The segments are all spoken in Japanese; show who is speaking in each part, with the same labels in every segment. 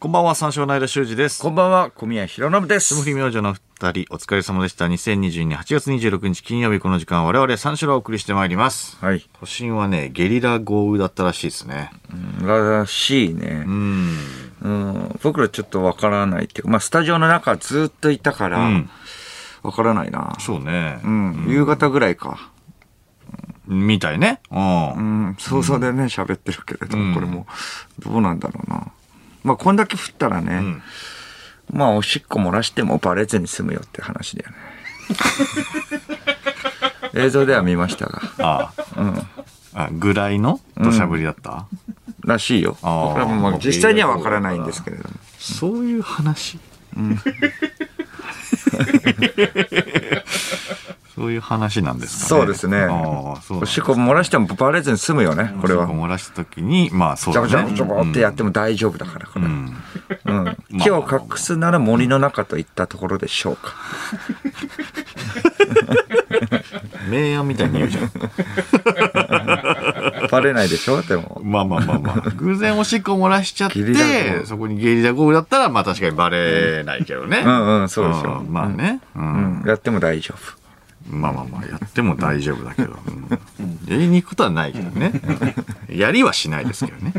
Speaker 1: こんばんは、三章の間修二です。
Speaker 2: こんばんは、小宮弘信です。
Speaker 1: 霜降り明星の二人、お疲れ様でした。2022年8月26日金曜日この時間、我々三章をお送りしてまいります。
Speaker 2: はい。
Speaker 1: 都心はね、ゲリラ豪雨だったらしいですね。
Speaker 2: らしいね
Speaker 1: う。ん。
Speaker 2: うん。僕らちょっとわからないっていうか、まあ、スタジオの中ずっといたから、わ、
Speaker 1: ん
Speaker 2: からないな。
Speaker 1: そうね。
Speaker 2: うん。夕方ぐらいか。
Speaker 1: みたいね。うん。
Speaker 2: うん。想像でね、喋ってるけれども、これも、どうなんだろうな。まあ、こんだけ降ったらね、まあ、おしっこ漏らしてもバレずに済むよって話 だよね。映像では見ましたが。
Speaker 1: ああ。あぐらいの土砂降りだった、
Speaker 2: らしいよ。
Speaker 1: あー
Speaker 2: 僕らもまあ実際にはわからないんですけれども。
Speaker 1: そういう話。 そういう話なんですかね。
Speaker 2: そうですね
Speaker 1: ああ、そうなん
Speaker 2: お
Speaker 1: です
Speaker 2: しっこ漏らしてもバレずに済むよね、これは
Speaker 1: おしっ。こ漏らした時に、まあそう
Speaker 2: ジャ
Speaker 1: だ
Speaker 2: ボ
Speaker 1: ね。
Speaker 2: ジャボジャボってやっても大丈夫だから、これ。うん。木を隠すなら森の中といったところでしょうか。
Speaker 1: 名案みたいに言うじ ゃん。
Speaker 2: バレないでしょでも。
Speaker 1: まあまあまあまあ。偶然おしっこ漏らしちゃっ
Speaker 2: ゲリラ豪
Speaker 1: て、
Speaker 2: 雨
Speaker 1: そこにゲリラ豪雨だったら、まあ確かにバレないけどね。
Speaker 2: うんうん、そうでしょ。
Speaker 1: んまあね。うん
Speaker 2: うん。やっても大丈夫。
Speaker 1: まあまあまあ、やっても大丈夫だけど。うんやりに行くことはないけど ね。やりはしないですけどね。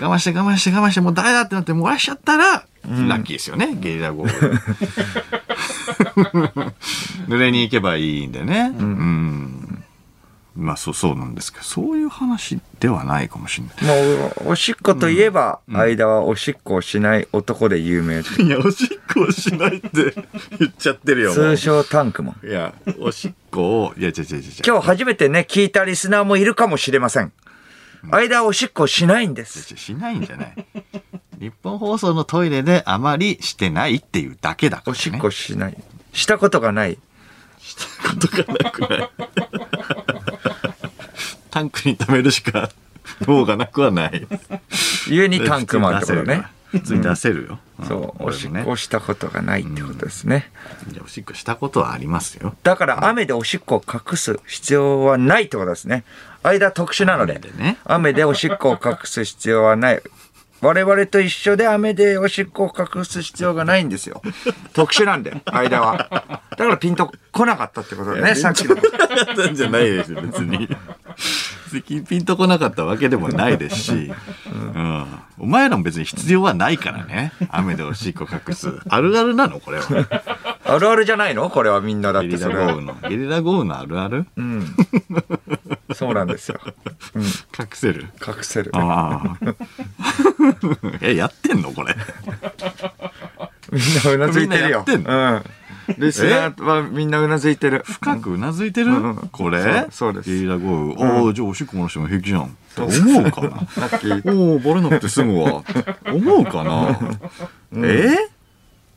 Speaker 1: 我慢して我慢して我慢して、もう誰だってなって漏らしちゃったら、ラッキーですよね、ゲリラ 豪雨。濡れに行けばいいんでね。うん。まあそう、そうなんですけど、そういう話ではないかもしれない。
Speaker 2: もう、おしっこといえば、間はおしっこをしない男で有名。
Speaker 1: いや、おしっこをしないって言っちゃってるよ、もう
Speaker 2: 通称タンクマン。
Speaker 1: いや、おしっこを、いや、違う違う違う違う。
Speaker 2: 今日初めてね、聞いたリスナーもいるかもしれません。間はおしっこをしないんで
Speaker 1: いや
Speaker 2: す。
Speaker 1: いやしないんじゃない日本放送のトイレであまりしてないっていうだけだから、ね、
Speaker 2: おしっこしない。したことがない。
Speaker 1: したことがなくない タンクに溜めるしか脳がなくはない
Speaker 2: 故にタンクマンってことね。
Speaker 1: 普通に出せるよ、ん
Speaker 2: そう、お
Speaker 1: 俺
Speaker 2: し
Speaker 1: も
Speaker 2: っ
Speaker 1: ね
Speaker 2: こしたことがないってことですね。
Speaker 1: いやおしっこしたことはありますよ
Speaker 2: だから雨でおしっこを隠す必要はないってことですね。間特殊なので
Speaker 1: 雨でね
Speaker 2: 雨でおしっこを隠す必要はない。我々と一緒で雨でおしっこを隠す必要がないんです よ。特殊なんで、間は。だからピンと来なかったってことだね、さっきの。
Speaker 1: だったんじゃないですよ 別に別にピンとこなかったわけでもないですし、うん、お前らも別に必要はないからね雨でおしっこ隠すあるあるなのこれは
Speaker 2: あるあるじゃないのこれはみんなだっ
Speaker 1: ゲ
Speaker 2: て
Speaker 1: リ
Speaker 2: そ
Speaker 1: ラ
Speaker 2: れ
Speaker 1: 豪
Speaker 2: は。
Speaker 1: 雨の。ゲリラ豪雨のあるある
Speaker 2: うん。そうなんですよ。
Speaker 1: 隠せる
Speaker 2: 隠せる。
Speaker 1: ああ。 え、やってんのこれ。
Speaker 2: みんなうなずいてるよ。
Speaker 1: みん
Speaker 2: うん。リスナーはみんなうなずいてる。
Speaker 1: 深くうなずいてる、
Speaker 2: うん
Speaker 1: これ
Speaker 2: そうそうです
Speaker 1: ゲリラ豪雨。ああ、じゃあおしっこ漏らしても平気じゃん。って思うかな。
Speaker 2: さっき
Speaker 1: おお、バレなくて済むわ。って思うかな。え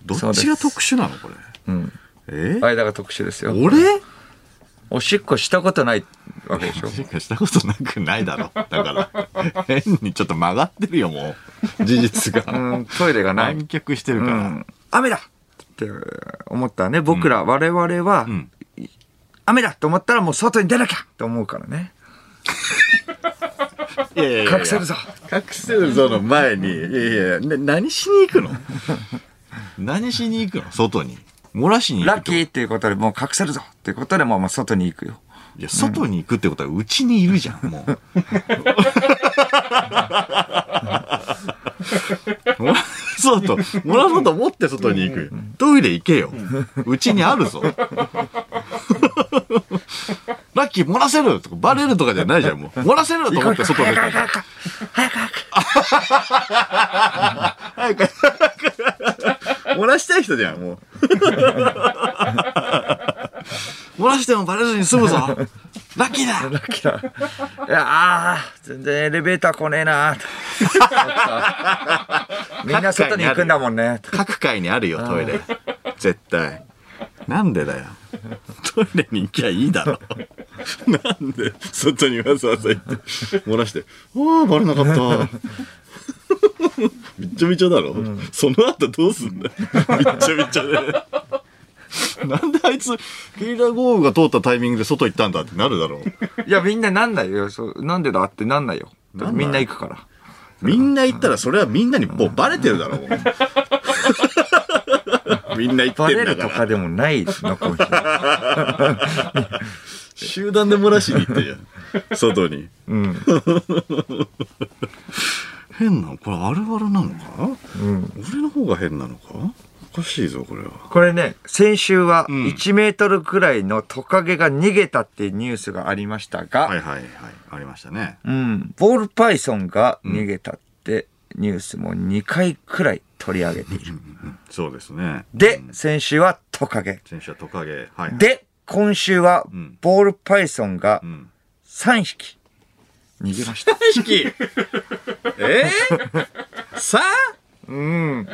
Speaker 1: どっちが特殊なのこれ。
Speaker 2: うん。
Speaker 1: え
Speaker 2: 間が特殊ですよ。
Speaker 1: 俺
Speaker 2: おしっこしたことないわけでしょ
Speaker 1: お。しっこしたことなくないだろ。だから、変にちょっと曲がってるよ、もう。事実が。
Speaker 2: うん、トイレがな い。
Speaker 1: 南極してる
Speaker 2: う
Speaker 1: から。
Speaker 2: ん、雨だって思ったらね、僕ら、我々は、
Speaker 1: ん
Speaker 2: 雨だと思ったらもう外に出なきゃと思うからね。
Speaker 1: いやいやいやいや
Speaker 2: 隠せるぞ。
Speaker 1: 隠せるぞの前に、いやいや、な何しに行くの 何しに行くの外に。漏らしに行く
Speaker 2: ラッ
Speaker 1: って
Speaker 2: キ
Speaker 1: こと
Speaker 2: ーっていうことでもう隠せるぞっていうことでもうまあ外に行くよ。
Speaker 1: いや、外に行くってことは、うちにいるじゃん、もう。漏らそうと、漏らそうと思って外に行くよ。トイレ行けよ。うちにあるぞ。ラッキー漏らせるとか、バレるとかじゃないじゃん、もう。漏らせると思って外に行く。
Speaker 2: 早く早く早く
Speaker 1: 早く漏らしたい人じゃんもう漏らしてもバレずに済むぞラッキーだ
Speaker 2: ラッキーだ。いやあー、全然エレベーター来ねえな ーと みんな外に行くんだもんね。
Speaker 1: 各階にあるよトイレ絶対なんでだよトイレに行きゃいいだろなんで外にわざわざ行って漏らしてああバレなか ったびっちょびちょだろ、その後どうすんだよびっちょびちょでなんであいつゲリラ豪雨が通ったタイミングで外行ったんだってなるだろう
Speaker 2: いや、みんななんないよ。そうなんでだってなんないよ。
Speaker 1: なんない
Speaker 2: みんな行くから。
Speaker 1: みんな行ったらそれはみんなにもうバレてる だろうもうみんな行っ
Speaker 2: バ
Speaker 1: てん
Speaker 2: レ
Speaker 1: だ
Speaker 2: る
Speaker 1: か
Speaker 2: と
Speaker 1: ら
Speaker 2: かでもないのかもしれない。
Speaker 1: 集団で漏らしに行ってるじゃん 外に
Speaker 2: うん。
Speaker 1: 変なのこれあるあるなのか
Speaker 2: うん。
Speaker 1: 俺の方が変なのかおかしいぞこれは
Speaker 2: これね、先週は
Speaker 1: うん
Speaker 2: 1メートルくらいのトカゲが逃げたっていうニュースがありましたが、
Speaker 1: はいはいはいありましたね
Speaker 2: うん、ボールパイソンが逃げたってニュースも2回くらい取り上げている。
Speaker 1: そうですね
Speaker 2: で
Speaker 1: う、ん
Speaker 2: 先週はトカゲ。
Speaker 1: 選手はトカゲはいはい
Speaker 2: で、今週は
Speaker 1: うん
Speaker 2: ボールパイソンが
Speaker 1: うん
Speaker 2: 3匹逃げました。
Speaker 1: 大好 きえー、さ
Speaker 2: うん。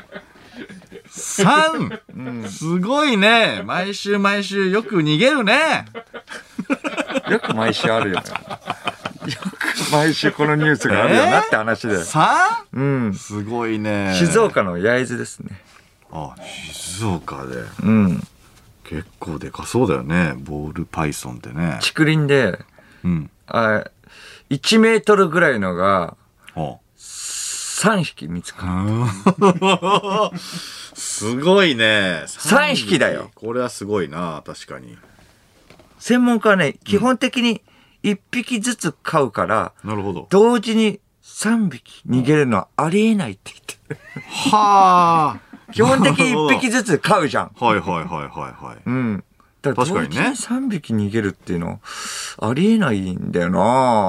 Speaker 1: 三、すごいね毎週毎週よく逃げるね
Speaker 2: よく毎週あるよね。よく毎週このニュースがあるよなって話だよ。
Speaker 1: 三
Speaker 2: うん。
Speaker 1: すごいね
Speaker 2: 静岡の焼津ですね。
Speaker 1: あ静岡で
Speaker 2: うん。
Speaker 1: 結構でかそうだよねボールパイソンってね
Speaker 2: 竹林で、
Speaker 1: うん
Speaker 2: あ1メートルぐらいのが
Speaker 1: あ
Speaker 2: 3匹見つかる。
Speaker 1: すごいね
Speaker 2: 三匹だよ
Speaker 1: これはすごいな確かに
Speaker 2: 専門家はね、基本的に1匹ずつ飼うから、
Speaker 1: なるほど
Speaker 2: 同時に3匹逃げるのはありえ ないって言ってる。
Speaker 1: はあ
Speaker 2: 基本的に1匹ずつ飼うじゃん。
Speaker 1: はいはいはいはいはい
Speaker 2: うん。だから
Speaker 1: 確かにね
Speaker 2: 同時3匹逃げるっていうのありえないんだよな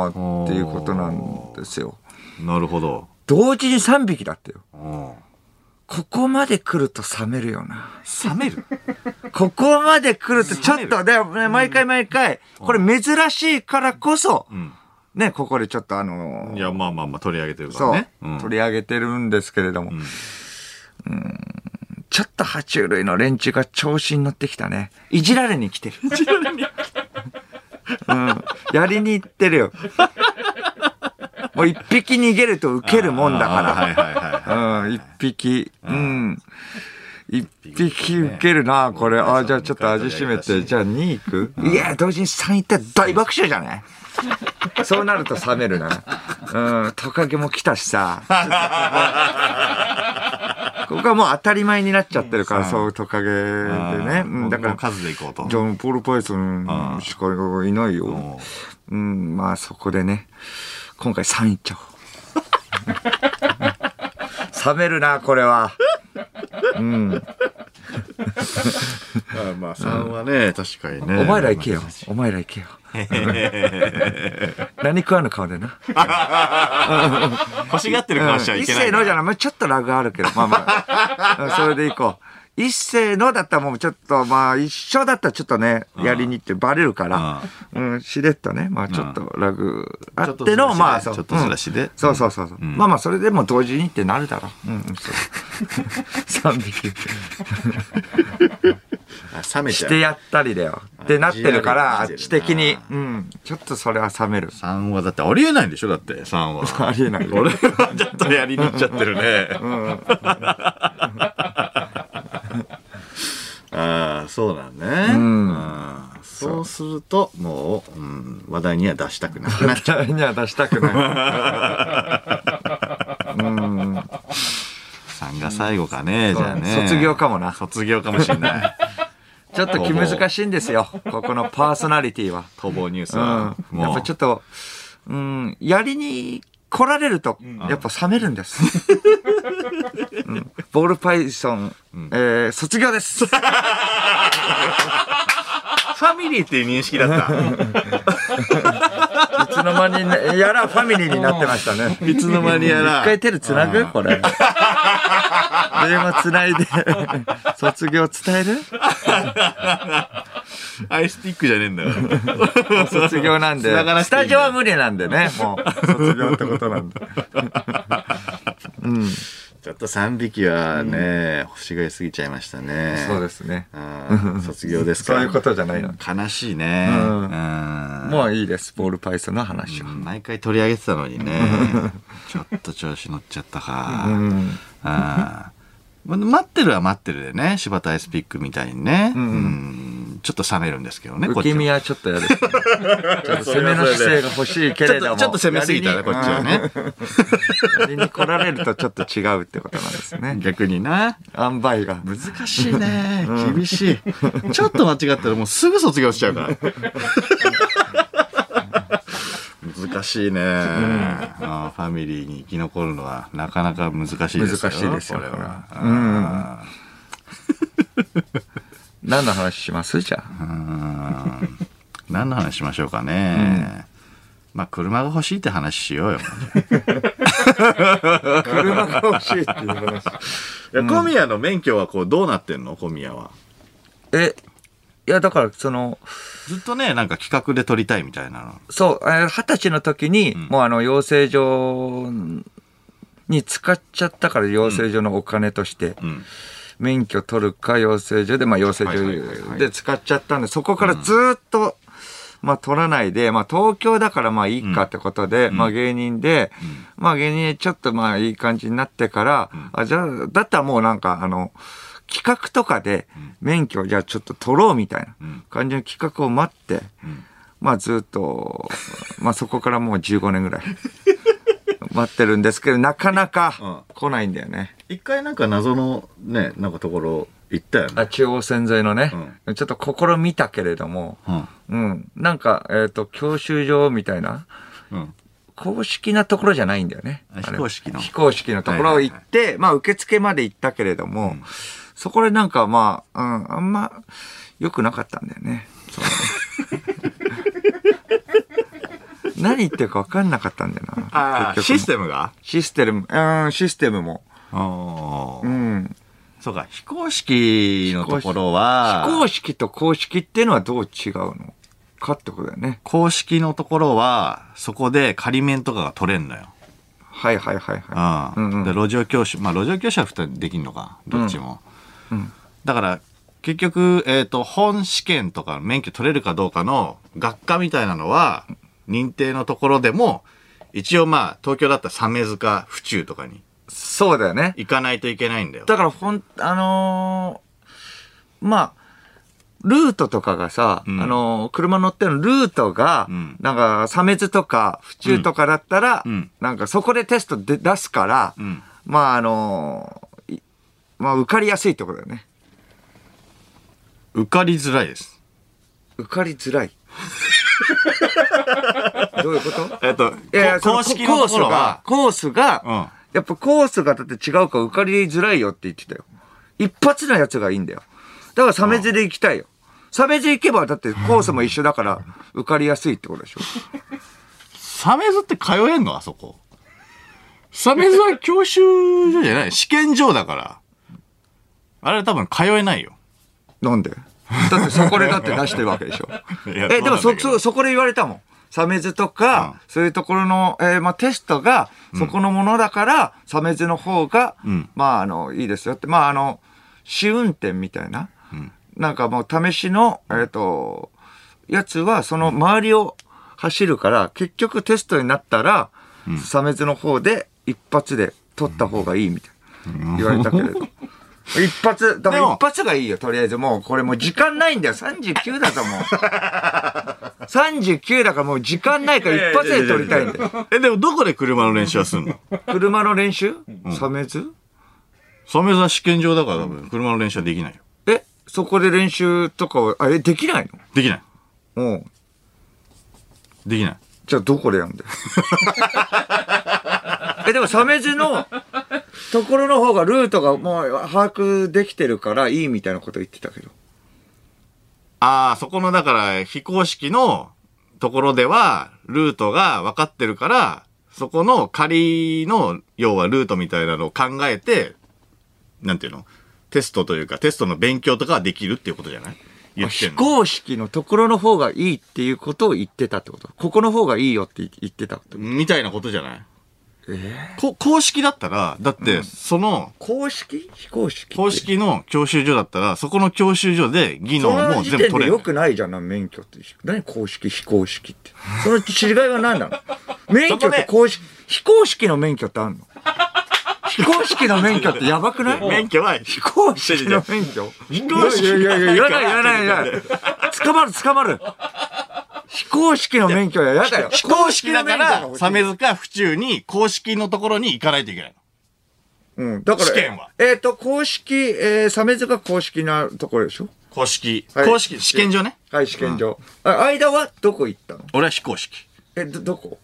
Speaker 2: ーっていうことなんですよ。
Speaker 1: なるほど
Speaker 2: 同時に3匹だってよ。
Speaker 1: うん
Speaker 2: ここまで来ると冷めるよな。
Speaker 1: 冷める
Speaker 2: ここまで来ると、ちょっと、で、ね毎回毎回、これ珍しいからこそ、
Speaker 1: うん
Speaker 2: ね、ここでちょっとあのー
Speaker 1: いやまあまあまあ取り上げてるか
Speaker 2: そ
Speaker 1: ら
Speaker 2: う、
Speaker 1: ね
Speaker 2: 取り上げてるんですけれども、う
Speaker 1: うん
Speaker 2: ん、ちょっと爬虫類の連中が調子に乗ってきたね。いじられに来てる。いじられに。うん。やりに行ってるよ。もう一匹逃げると受けるもんだから。
Speaker 1: はいはいはいはい
Speaker 2: うん、一匹。うん。一匹受けるな、これ。あ、じゃあちょっと味しめて、じゃあ2いくいや、同時に3いったら大爆笑じゃないそうなると冷めるな。うん、トカゲも来たし さ。ここはもう当たり前になっちゃってるから、そう、トカゲでね。うん、だから、
Speaker 1: 数でいこうと
Speaker 2: じゃあポール・パイソンしかいないよ。うん、まあそこでね、今回3いっちゃおう。冷めるな、これは。
Speaker 1: まあまあ3はね確かにね
Speaker 2: お前ら行けよ。お前ら行けよ。何食わぬ顔でな。
Speaker 1: 欲しがってる顔しちゃい
Speaker 2: 一
Speaker 1: けない
Speaker 2: 世
Speaker 1: から
Speaker 2: のじゃない。まあちょっとラグあるけど、まあまあ。うんそれで行こう。一世のだったらもうちょっと、まあ一緒だったらちょっとね、やりに行ってバレるから、うん、しれっとね、まあちょっとラグあっ
Speaker 1: ちょ
Speaker 2: て
Speaker 1: っとずらし
Speaker 2: の、
Speaker 1: で
Speaker 2: まあそう。
Speaker 1: ちょっとずらしで
Speaker 2: うんそうそうそうそう。まあまあそれでも同時にってなるだろう。うん、うん、そう。3匹。
Speaker 1: あ冷めち
Speaker 2: し
Speaker 1: ゃ
Speaker 2: て
Speaker 1: う
Speaker 2: やったりだよ。ってなってるから、あ
Speaker 1: あ
Speaker 2: っ
Speaker 1: じられ
Speaker 2: ち
Speaker 1: てるな
Speaker 2: 的に。うん。ちょっとそれは冷める。
Speaker 1: 3はだってありえないんでしょだって3は
Speaker 2: ありえない。
Speaker 1: 俺はちょっとやりに行っちゃってるねああそうだねうんそうするともう、うん、話題には出したくなくなっちゃう
Speaker 2: 絶対には出したくない。
Speaker 1: さんが最後かね、じゃあね。
Speaker 2: 卒業かもな。
Speaker 1: 卒業かもしれない。
Speaker 2: ちょっと気難しいんですよ。ここのパーソナリティは。
Speaker 1: 逃亡ニュース
Speaker 2: うん
Speaker 1: は。。
Speaker 2: やっぱちょっと、うん、やりに来られると、やっぱ冷めるん です。うんボールパイソン、えー卒業です。
Speaker 1: ファミリーっていう認識だっ
Speaker 2: いつの間にねやらファミリーになってましたね。
Speaker 1: た。いつの間にやら。
Speaker 2: 一回テルつなぐこれ。電話つないで、 卒業伝える
Speaker 1: アイスティックじゃねえんだから。
Speaker 2: 卒業なんで
Speaker 1: 繋がな。く
Speaker 2: ス
Speaker 1: ていいんだ
Speaker 2: タジオは無理なんでね、もう。卒業ってことなんで。
Speaker 1: ちょっと3匹はね、欲しがりすぎちゃいましたね。
Speaker 2: そうですね。
Speaker 1: ああ卒業ですか
Speaker 2: そういうことじゃないの。
Speaker 1: 悲しいね。
Speaker 2: うん
Speaker 1: うん
Speaker 2: もういいです、ボールパイソンの話は。
Speaker 1: 毎回取り上げてたのにね。ちょっと調子乗っちゃったか。
Speaker 2: うん。
Speaker 1: ああまあ、待ってるは待ってるでね、柴田アイスピックみたいにね、うんん
Speaker 2: うん
Speaker 1: ちょっと冷めるんですけどね、
Speaker 2: 受け身はちょっとやる。ちょっと攻めの姿勢が欲しいけ
Speaker 1: ちょ
Speaker 2: れ
Speaker 1: っ
Speaker 2: ど
Speaker 1: と
Speaker 2: も。
Speaker 1: ちょっと攻めすぎたね、こっちはね。
Speaker 2: やりに。やりに来られるとちょっと違うってことなんですね。
Speaker 1: 逆にな。
Speaker 2: 塩梅が。
Speaker 1: 難しいね。厳しい。ちょっと間違ったらもうすぐ卒業しちゃうから。難しいね、あーファミリーに生き残るのはなかなか難しいですよ
Speaker 2: 難しいですよ
Speaker 1: これ
Speaker 2: これ
Speaker 1: は
Speaker 2: は。何の話しますじゃあ。
Speaker 1: うん何の話しましょうかね。まあ、車が欲しいって話しようよ。
Speaker 2: 車が欲しいっていう話。
Speaker 1: 小宮の免許はこうどうなってんの小宮は。
Speaker 2: え、いやだからその、
Speaker 1: ずっとね、なんか企画で撮りたいみたいなの。
Speaker 2: そう、えー二十歳の時に、
Speaker 1: ん
Speaker 2: もうあの養成所に使っちゃったから養成所のお金として。
Speaker 1: うん。
Speaker 2: 免許取るか養成所で、まあ、養成
Speaker 1: はいはいはいは
Speaker 2: 所
Speaker 1: い
Speaker 2: で使っちゃったんで、そこからずーっと、まあ、取らないで、まあ、東京だからまあいいかってことで、まあ、芸人で、まあ、芸人でちょっとまあいい感じになってから、あ、じゃあ、だったらもうなんか、あの、企画とかで免許をじゃあちょっと取ろうみたいな
Speaker 1: うん
Speaker 2: 感じの企画を待って、
Speaker 1: ん
Speaker 2: まあずーっと、まあそこからもう15年 ぐらい待ってるんですけど、なかなか来ないんだよね。
Speaker 1: 一回なんか謎のね、なんかところ行ったよ
Speaker 2: あ
Speaker 1: ね。
Speaker 2: 中央線沿いのね、ちょっと試みたけれども、
Speaker 1: うん。
Speaker 2: うん、なんか、えっ、と、教習所みたいな、
Speaker 1: うん。
Speaker 2: 公式なところじゃないんだよね。
Speaker 1: あ
Speaker 2: あれ
Speaker 1: 非公式の
Speaker 2: 非公式のところを行って、まあ、受付まで行ったけれども、そこでなんかまあ、うん、あんま、良くなかったんだよね。そう何言ってるか分かんなかったんだよな。
Speaker 1: ああ、
Speaker 2: 結
Speaker 1: シ
Speaker 2: 局
Speaker 1: ステムが
Speaker 2: システム、うん、システムも。
Speaker 1: あ
Speaker 2: う
Speaker 1: あ。
Speaker 2: ん。
Speaker 1: そうか、非公式のところは、
Speaker 2: 非公式と公式っていうのはどう違うのかってことだよね。
Speaker 1: 公式のところは、そこで仮面とかが取れんのよ。
Speaker 2: はいはいはいは
Speaker 1: う
Speaker 2: うんうん
Speaker 1: ん。で、路上教師、まあ路上教師は二人できんのか、どっちも。
Speaker 2: い。うん。
Speaker 1: だから、結局、えっ、と、本試験とか免許取れるかどうかの学科みたいなのは、認定のところでも、一応まあ、東京だったら鮫塚、府中とかに
Speaker 2: そうだよね。
Speaker 1: 行かないといけないんだよ。
Speaker 2: だからほん、あのーまあ、ルートとかがさ、
Speaker 1: うん
Speaker 2: あのー車乗ってるルートが、
Speaker 1: うん
Speaker 2: なんか、サメズとか、府中とかだったら、
Speaker 1: うん
Speaker 2: なんかそこでテストで出すから、
Speaker 1: うん。
Speaker 2: まああのーいまあ受かりやすいってことだよね。
Speaker 1: 受かりづらいです。
Speaker 2: 受かり づらい。どういうこと
Speaker 1: えっと、
Speaker 2: いやいや
Speaker 1: こ
Speaker 2: そ
Speaker 1: 公式のところは、
Speaker 2: コースが、コースが、
Speaker 1: うん。
Speaker 2: やっぱコースがだって違うから受かりづらいよって言ってたよ。一発のやつがいいんだよ。だからサメズで行きたいよ。サメズ行けばだってコースも一緒だから受かりやすいってことでしょ。
Speaker 1: サメズって通えんのあそこ。サメズは教習所じゃない。試験場だから。あれは多分通えないよ。
Speaker 2: なんでだってそこでだって出してるわけでしょ。
Speaker 1: いや
Speaker 2: え、でも
Speaker 1: そうな
Speaker 2: そ、
Speaker 1: んだけど
Speaker 2: そ、そこで言われたもん。サメズとか、そういうところの、えーまあ、テストが、そこのものだから、サメズの方が、
Speaker 1: うん
Speaker 2: まあ、あの、いいですよって。まあ、あの、試運転みたいな、なんかもう試しの、えっ、と、やつは、その周りを走るから、結局テストになったら、サメズの方で、一発で取った方がいいみたいな、言われた けれど。一発、だか
Speaker 1: で
Speaker 2: ら
Speaker 1: も
Speaker 2: 一発がいいよ、とりあえず。もう、これもう時間ないんだよ。39だぞ、もう。39だからもう時間ないから一発で撮りたいんだよ。
Speaker 1: え、でもどこで車の練習はすんの
Speaker 2: 車の練習サメズ
Speaker 1: サメズは試験場だから多分車の練習はできないよ。
Speaker 2: え、そこで練習とかを、あ、え、できない
Speaker 1: できない。
Speaker 2: のうん。
Speaker 1: できない。
Speaker 2: じゃあどこでやる んだよ。え、でもサメズのところの方がルートがもう把握できてるからいいみたいなこと言ってたけど。
Speaker 1: ああ、そこのだから非公式のところではルートが分かってるから、そこの仮の要はルートみたいなのを考えて、なんていうのテストというかテストの勉強とかはできるっていうことじゃない言って
Speaker 2: 非
Speaker 1: んの。
Speaker 2: 公式のところの方がいいっていうことを言ってたってことここの方がいいよって言ってたってこ
Speaker 1: みたいなことじゃない
Speaker 2: とえ
Speaker 1: こ公式だったら、だってその
Speaker 2: 公式非公式って
Speaker 1: 公式の教習所だったら、そこの教習所で技能
Speaker 2: その
Speaker 1: も
Speaker 2: 時
Speaker 1: 全部
Speaker 2: 点
Speaker 1: 取
Speaker 2: で
Speaker 1: れる
Speaker 2: よ。くないじゃんな、免許って。何公式、非公式 って。その違いは何なの免許って公式、非公式の免許ってあんの非公式の免許ってやばくない
Speaker 1: 免許は
Speaker 2: 非公式の免許
Speaker 1: 非公式
Speaker 2: い
Speaker 1: の
Speaker 2: やい
Speaker 1: 免許
Speaker 2: やいや、いらない、いらない、いらない。捕まる、捕まる。非公式の免許はやだよ。
Speaker 1: 非公式だか
Speaker 2: 非公式の免許が
Speaker 1: ら
Speaker 2: 欲しい
Speaker 1: サメ塚府中に公式のところに行かないといけない
Speaker 2: うん、だから。
Speaker 1: 試験は
Speaker 2: えっ、と、公式、えー、サメ塚公式なところでしょ
Speaker 1: 公式、
Speaker 2: はい
Speaker 1: 公式試験場ね
Speaker 2: はい、試験場。あ間はどこ行ったの
Speaker 1: 俺は非公式
Speaker 2: え、ど、どこ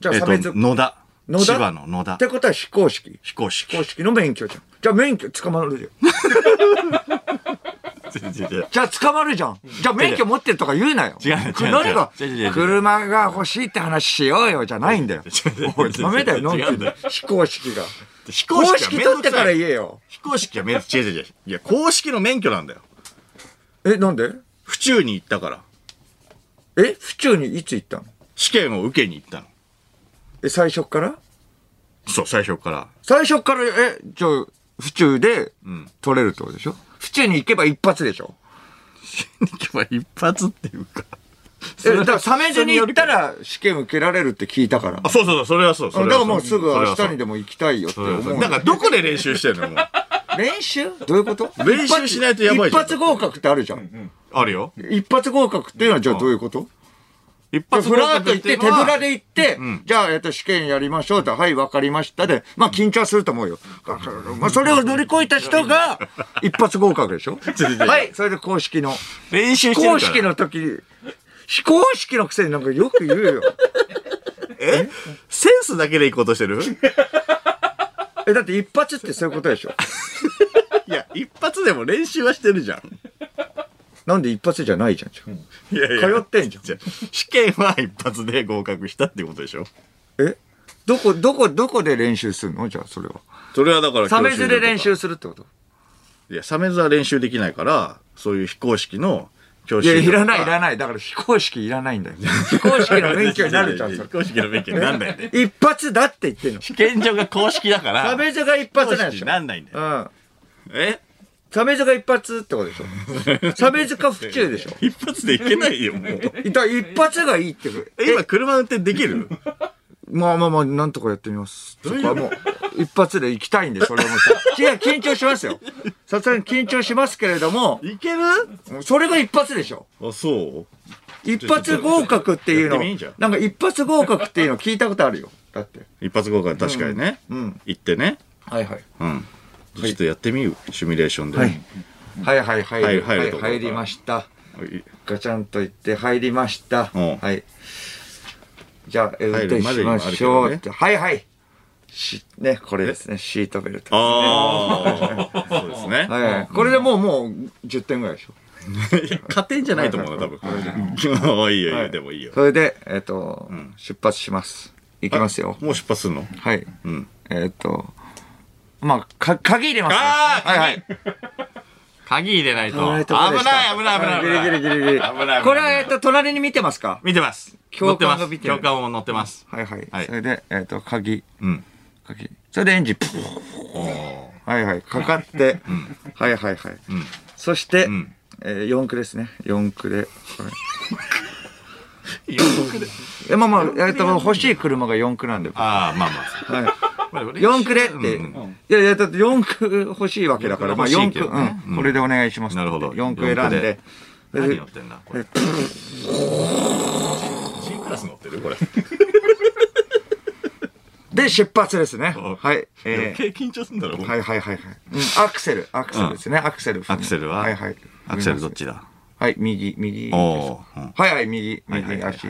Speaker 2: じゃあ、
Speaker 1: えっ
Speaker 2: サ
Speaker 1: と
Speaker 2: メ塚、
Speaker 1: 野田
Speaker 2: 野田
Speaker 1: 千葉の野田
Speaker 2: ってことは非公式
Speaker 1: 非公式
Speaker 2: 公式の免許じゃん。じゃあ免許捕まるじゃん。じゃあ捕まるじゃん。じゃあ免許持ってるとか言うなよ。
Speaker 1: 違う違う違う
Speaker 2: 何が
Speaker 1: 違う違う違う違う
Speaker 2: 車が欲しいって話しようよじゃないんだよ
Speaker 1: 違う違う違う。
Speaker 2: おいダメだよ、のん
Speaker 1: 違うんだよ
Speaker 2: 非公式が。
Speaker 1: 非
Speaker 2: 公
Speaker 1: 公式は
Speaker 2: 式取ってから言えよ。
Speaker 1: 非公式は免許違う違う違ういや公式の免許なんだよ
Speaker 2: え、なんで
Speaker 1: 府中に行ったから
Speaker 2: え、府中にいつ行ったの
Speaker 1: 試験を受けに行ったの
Speaker 2: え、最初っから
Speaker 1: そう最初から
Speaker 2: 最初っから、え、じゃあ、府中で取れるってことでしょ、府中に行けば一発でしょ
Speaker 1: 行けば一発っていうか
Speaker 2: え、だから、サメズに行ったら試験受けられるって聞いたから。
Speaker 1: あそうそうそうそれはそうそ
Speaker 2: だ
Speaker 1: れ
Speaker 2: か
Speaker 1: はそ
Speaker 2: らもうすぐ
Speaker 1: それ
Speaker 2: 明
Speaker 1: はそ
Speaker 2: 日
Speaker 1: う
Speaker 2: にでも行きたいよって
Speaker 1: そ
Speaker 2: 思
Speaker 1: れは
Speaker 2: う
Speaker 1: そう
Speaker 2: よ。
Speaker 1: だからどこで練習してんのもう
Speaker 2: 練習どういうこと
Speaker 1: 練習しないとやばい
Speaker 2: 一
Speaker 1: じゃん
Speaker 2: 発一発合格ってあるじゃん。
Speaker 1: あるよ
Speaker 2: 一発合格っていうのはじゃあどういうこと
Speaker 1: 一
Speaker 2: じゃあ
Speaker 1: 発
Speaker 2: フラーと行って手ぶら
Speaker 1: で
Speaker 2: で行って、じゃあ、えっと、試験やりましょうと、はい、わかりましたで、まあ緊張すると思うよ。まあそれを乗り越えた人が、一発合格 でしょ
Speaker 1: 違う違う
Speaker 2: はい、それで公式の。
Speaker 1: 練習し
Speaker 2: 非
Speaker 1: てるから
Speaker 2: 公式の時、非公式のくせになんかよく言うよ。
Speaker 1: えセンスだけで行こうとしてる
Speaker 2: え、だって一発ってそういうことでしょ
Speaker 1: いや一発でも練習はしてるじゃん
Speaker 2: なんで一発じゃないじゃんじゃん。
Speaker 1: いやいや
Speaker 2: 通ってんじゃん
Speaker 1: じゃあ試験は一発で合格したってことでしょ
Speaker 2: えどこ、どこ、どこで練習するのじゃあ、それは。
Speaker 1: それはだから
Speaker 2: サメズで練
Speaker 1: 教
Speaker 2: 習するってこ
Speaker 1: 習所と
Speaker 2: と
Speaker 1: かいやサメズは練習できないからそういう非公式の教
Speaker 2: い
Speaker 1: 習
Speaker 2: や、
Speaker 1: 所と
Speaker 2: い
Speaker 1: から
Speaker 2: ない、いらない。だから非公式いらないん だよ。非公式の勉強になるじゃん、そ
Speaker 1: 非
Speaker 2: れ。
Speaker 1: 公式の勉強になんないんだよね
Speaker 2: 一発だって言ってんの。
Speaker 1: 試験場が公式だから
Speaker 2: サメズが一
Speaker 1: 非公
Speaker 2: 発なんで
Speaker 1: 式に
Speaker 2: しょ。
Speaker 1: なんないんだよ
Speaker 2: うん。
Speaker 1: え
Speaker 2: サメズが一発ってことで しょ。サメズか府中でしょ。
Speaker 1: 一発でいけないよもう
Speaker 2: だから一発がいいってこと。
Speaker 1: 今車運転できる
Speaker 2: まあまあまあ、なんとかやってみます。とか、もう、一発で行きたいんで、それもさ。いや、緊張しますよ。さすがに緊張しますけれども、
Speaker 1: いける
Speaker 2: それが一発でしょ。
Speaker 1: あそう
Speaker 2: 一発合格っていうの
Speaker 1: やってみんじゃん、
Speaker 2: なんか一発合格っていうの聞いたことあるよ。だって。
Speaker 1: 一発合格確かにね、
Speaker 2: うん。
Speaker 1: 行ってね
Speaker 2: はいはい。
Speaker 1: うんちょっとやってみるシミュレーションで、
Speaker 2: はい。はいはい入る
Speaker 1: 入る
Speaker 2: はい
Speaker 1: 入る
Speaker 2: 入りました。
Speaker 1: い
Speaker 2: ガチャンと言って入りました。
Speaker 1: うん
Speaker 2: はい。じゃあ、えー運
Speaker 1: 入
Speaker 2: 転
Speaker 1: るまで
Speaker 2: し
Speaker 1: にもあ
Speaker 2: ま
Speaker 1: るけ
Speaker 2: しょ
Speaker 1: ど
Speaker 2: う
Speaker 1: ね
Speaker 2: って。はいはい。し、ね、これですね。シートベルト。
Speaker 1: ああ、そうですね。
Speaker 2: はいはい。これでもう、もう、10点ぐらいで しょ。
Speaker 1: 加点じゃないと思うな、多分。 あいいよ、いいよ、でもいいよ。
Speaker 2: それで、えっと、出発します。行きますよ。
Speaker 1: もう出発すんの
Speaker 2: はい。
Speaker 1: うん。
Speaker 2: えっと、まあ、か、鍵入れますね。
Speaker 1: あー
Speaker 2: はいはい。
Speaker 1: 鍵入れないと。
Speaker 2: 危
Speaker 1: 危
Speaker 2: な
Speaker 1: ないい、
Speaker 2: と
Speaker 1: 危
Speaker 2: こでした
Speaker 1: ない、危ない、危ない。
Speaker 2: ギリギリギリギリ。
Speaker 1: 危ない
Speaker 2: これは、えっと、隣に見てますか
Speaker 1: 見てます。
Speaker 2: 教官が
Speaker 1: 乗って
Speaker 2: 見
Speaker 1: ま
Speaker 2: て
Speaker 1: す。
Speaker 2: る
Speaker 1: 教官も乗ってます。
Speaker 2: はいはい。
Speaker 1: はい
Speaker 2: それで、えっと、鍵、
Speaker 1: うん。
Speaker 2: 鍵。それでエンジン、プーはいはい。かかって、はいはいはい。そして、
Speaker 1: ん
Speaker 2: えー、4区ですね。4区で。これ
Speaker 1: よくで
Speaker 2: え、まあまあ、えっと、欲しい車が4区なんで。は
Speaker 1: ああ、まあ
Speaker 2: い。
Speaker 1: まあ。
Speaker 2: 4区でって。
Speaker 1: うんうん
Speaker 2: いやいや、だって4区欲しいわけだから、まあ4
Speaker 1: 四
Speaker 2: 区、
Speaker 1: 駆欲しいけどね
Speaker 2: うん。これでお願いします。
Speaker 1: なるほど
Speaker 2: 4区選んで。
Speaker 1: 何
Speaker 2: で
Speaker 1: 乗ってんだこれ
Speaker 2: え。
Speaker 1: 新クラス乗ってるこれ。
Speaker 2: で、出発ですね。はい。
Speaker 1: 余
Speaker 2: えー
Speaker 1: 計緊張すんだろ、これ
Speaker 2: はいはいはいはい。うんアクセル、アクセルですね。アクセル。
Speaker 1: アクセルは
Speaker 2: はいはい。
Speaker 1: アクセルどっちだ
Speaker 2: はい、右、右。
Speaker 1: おーうん
Speaker 2: はいはい、右、
Speaker 1: いはい
Speaker 2: 右
Speaker 1: はいはい
Speaker 2: 足。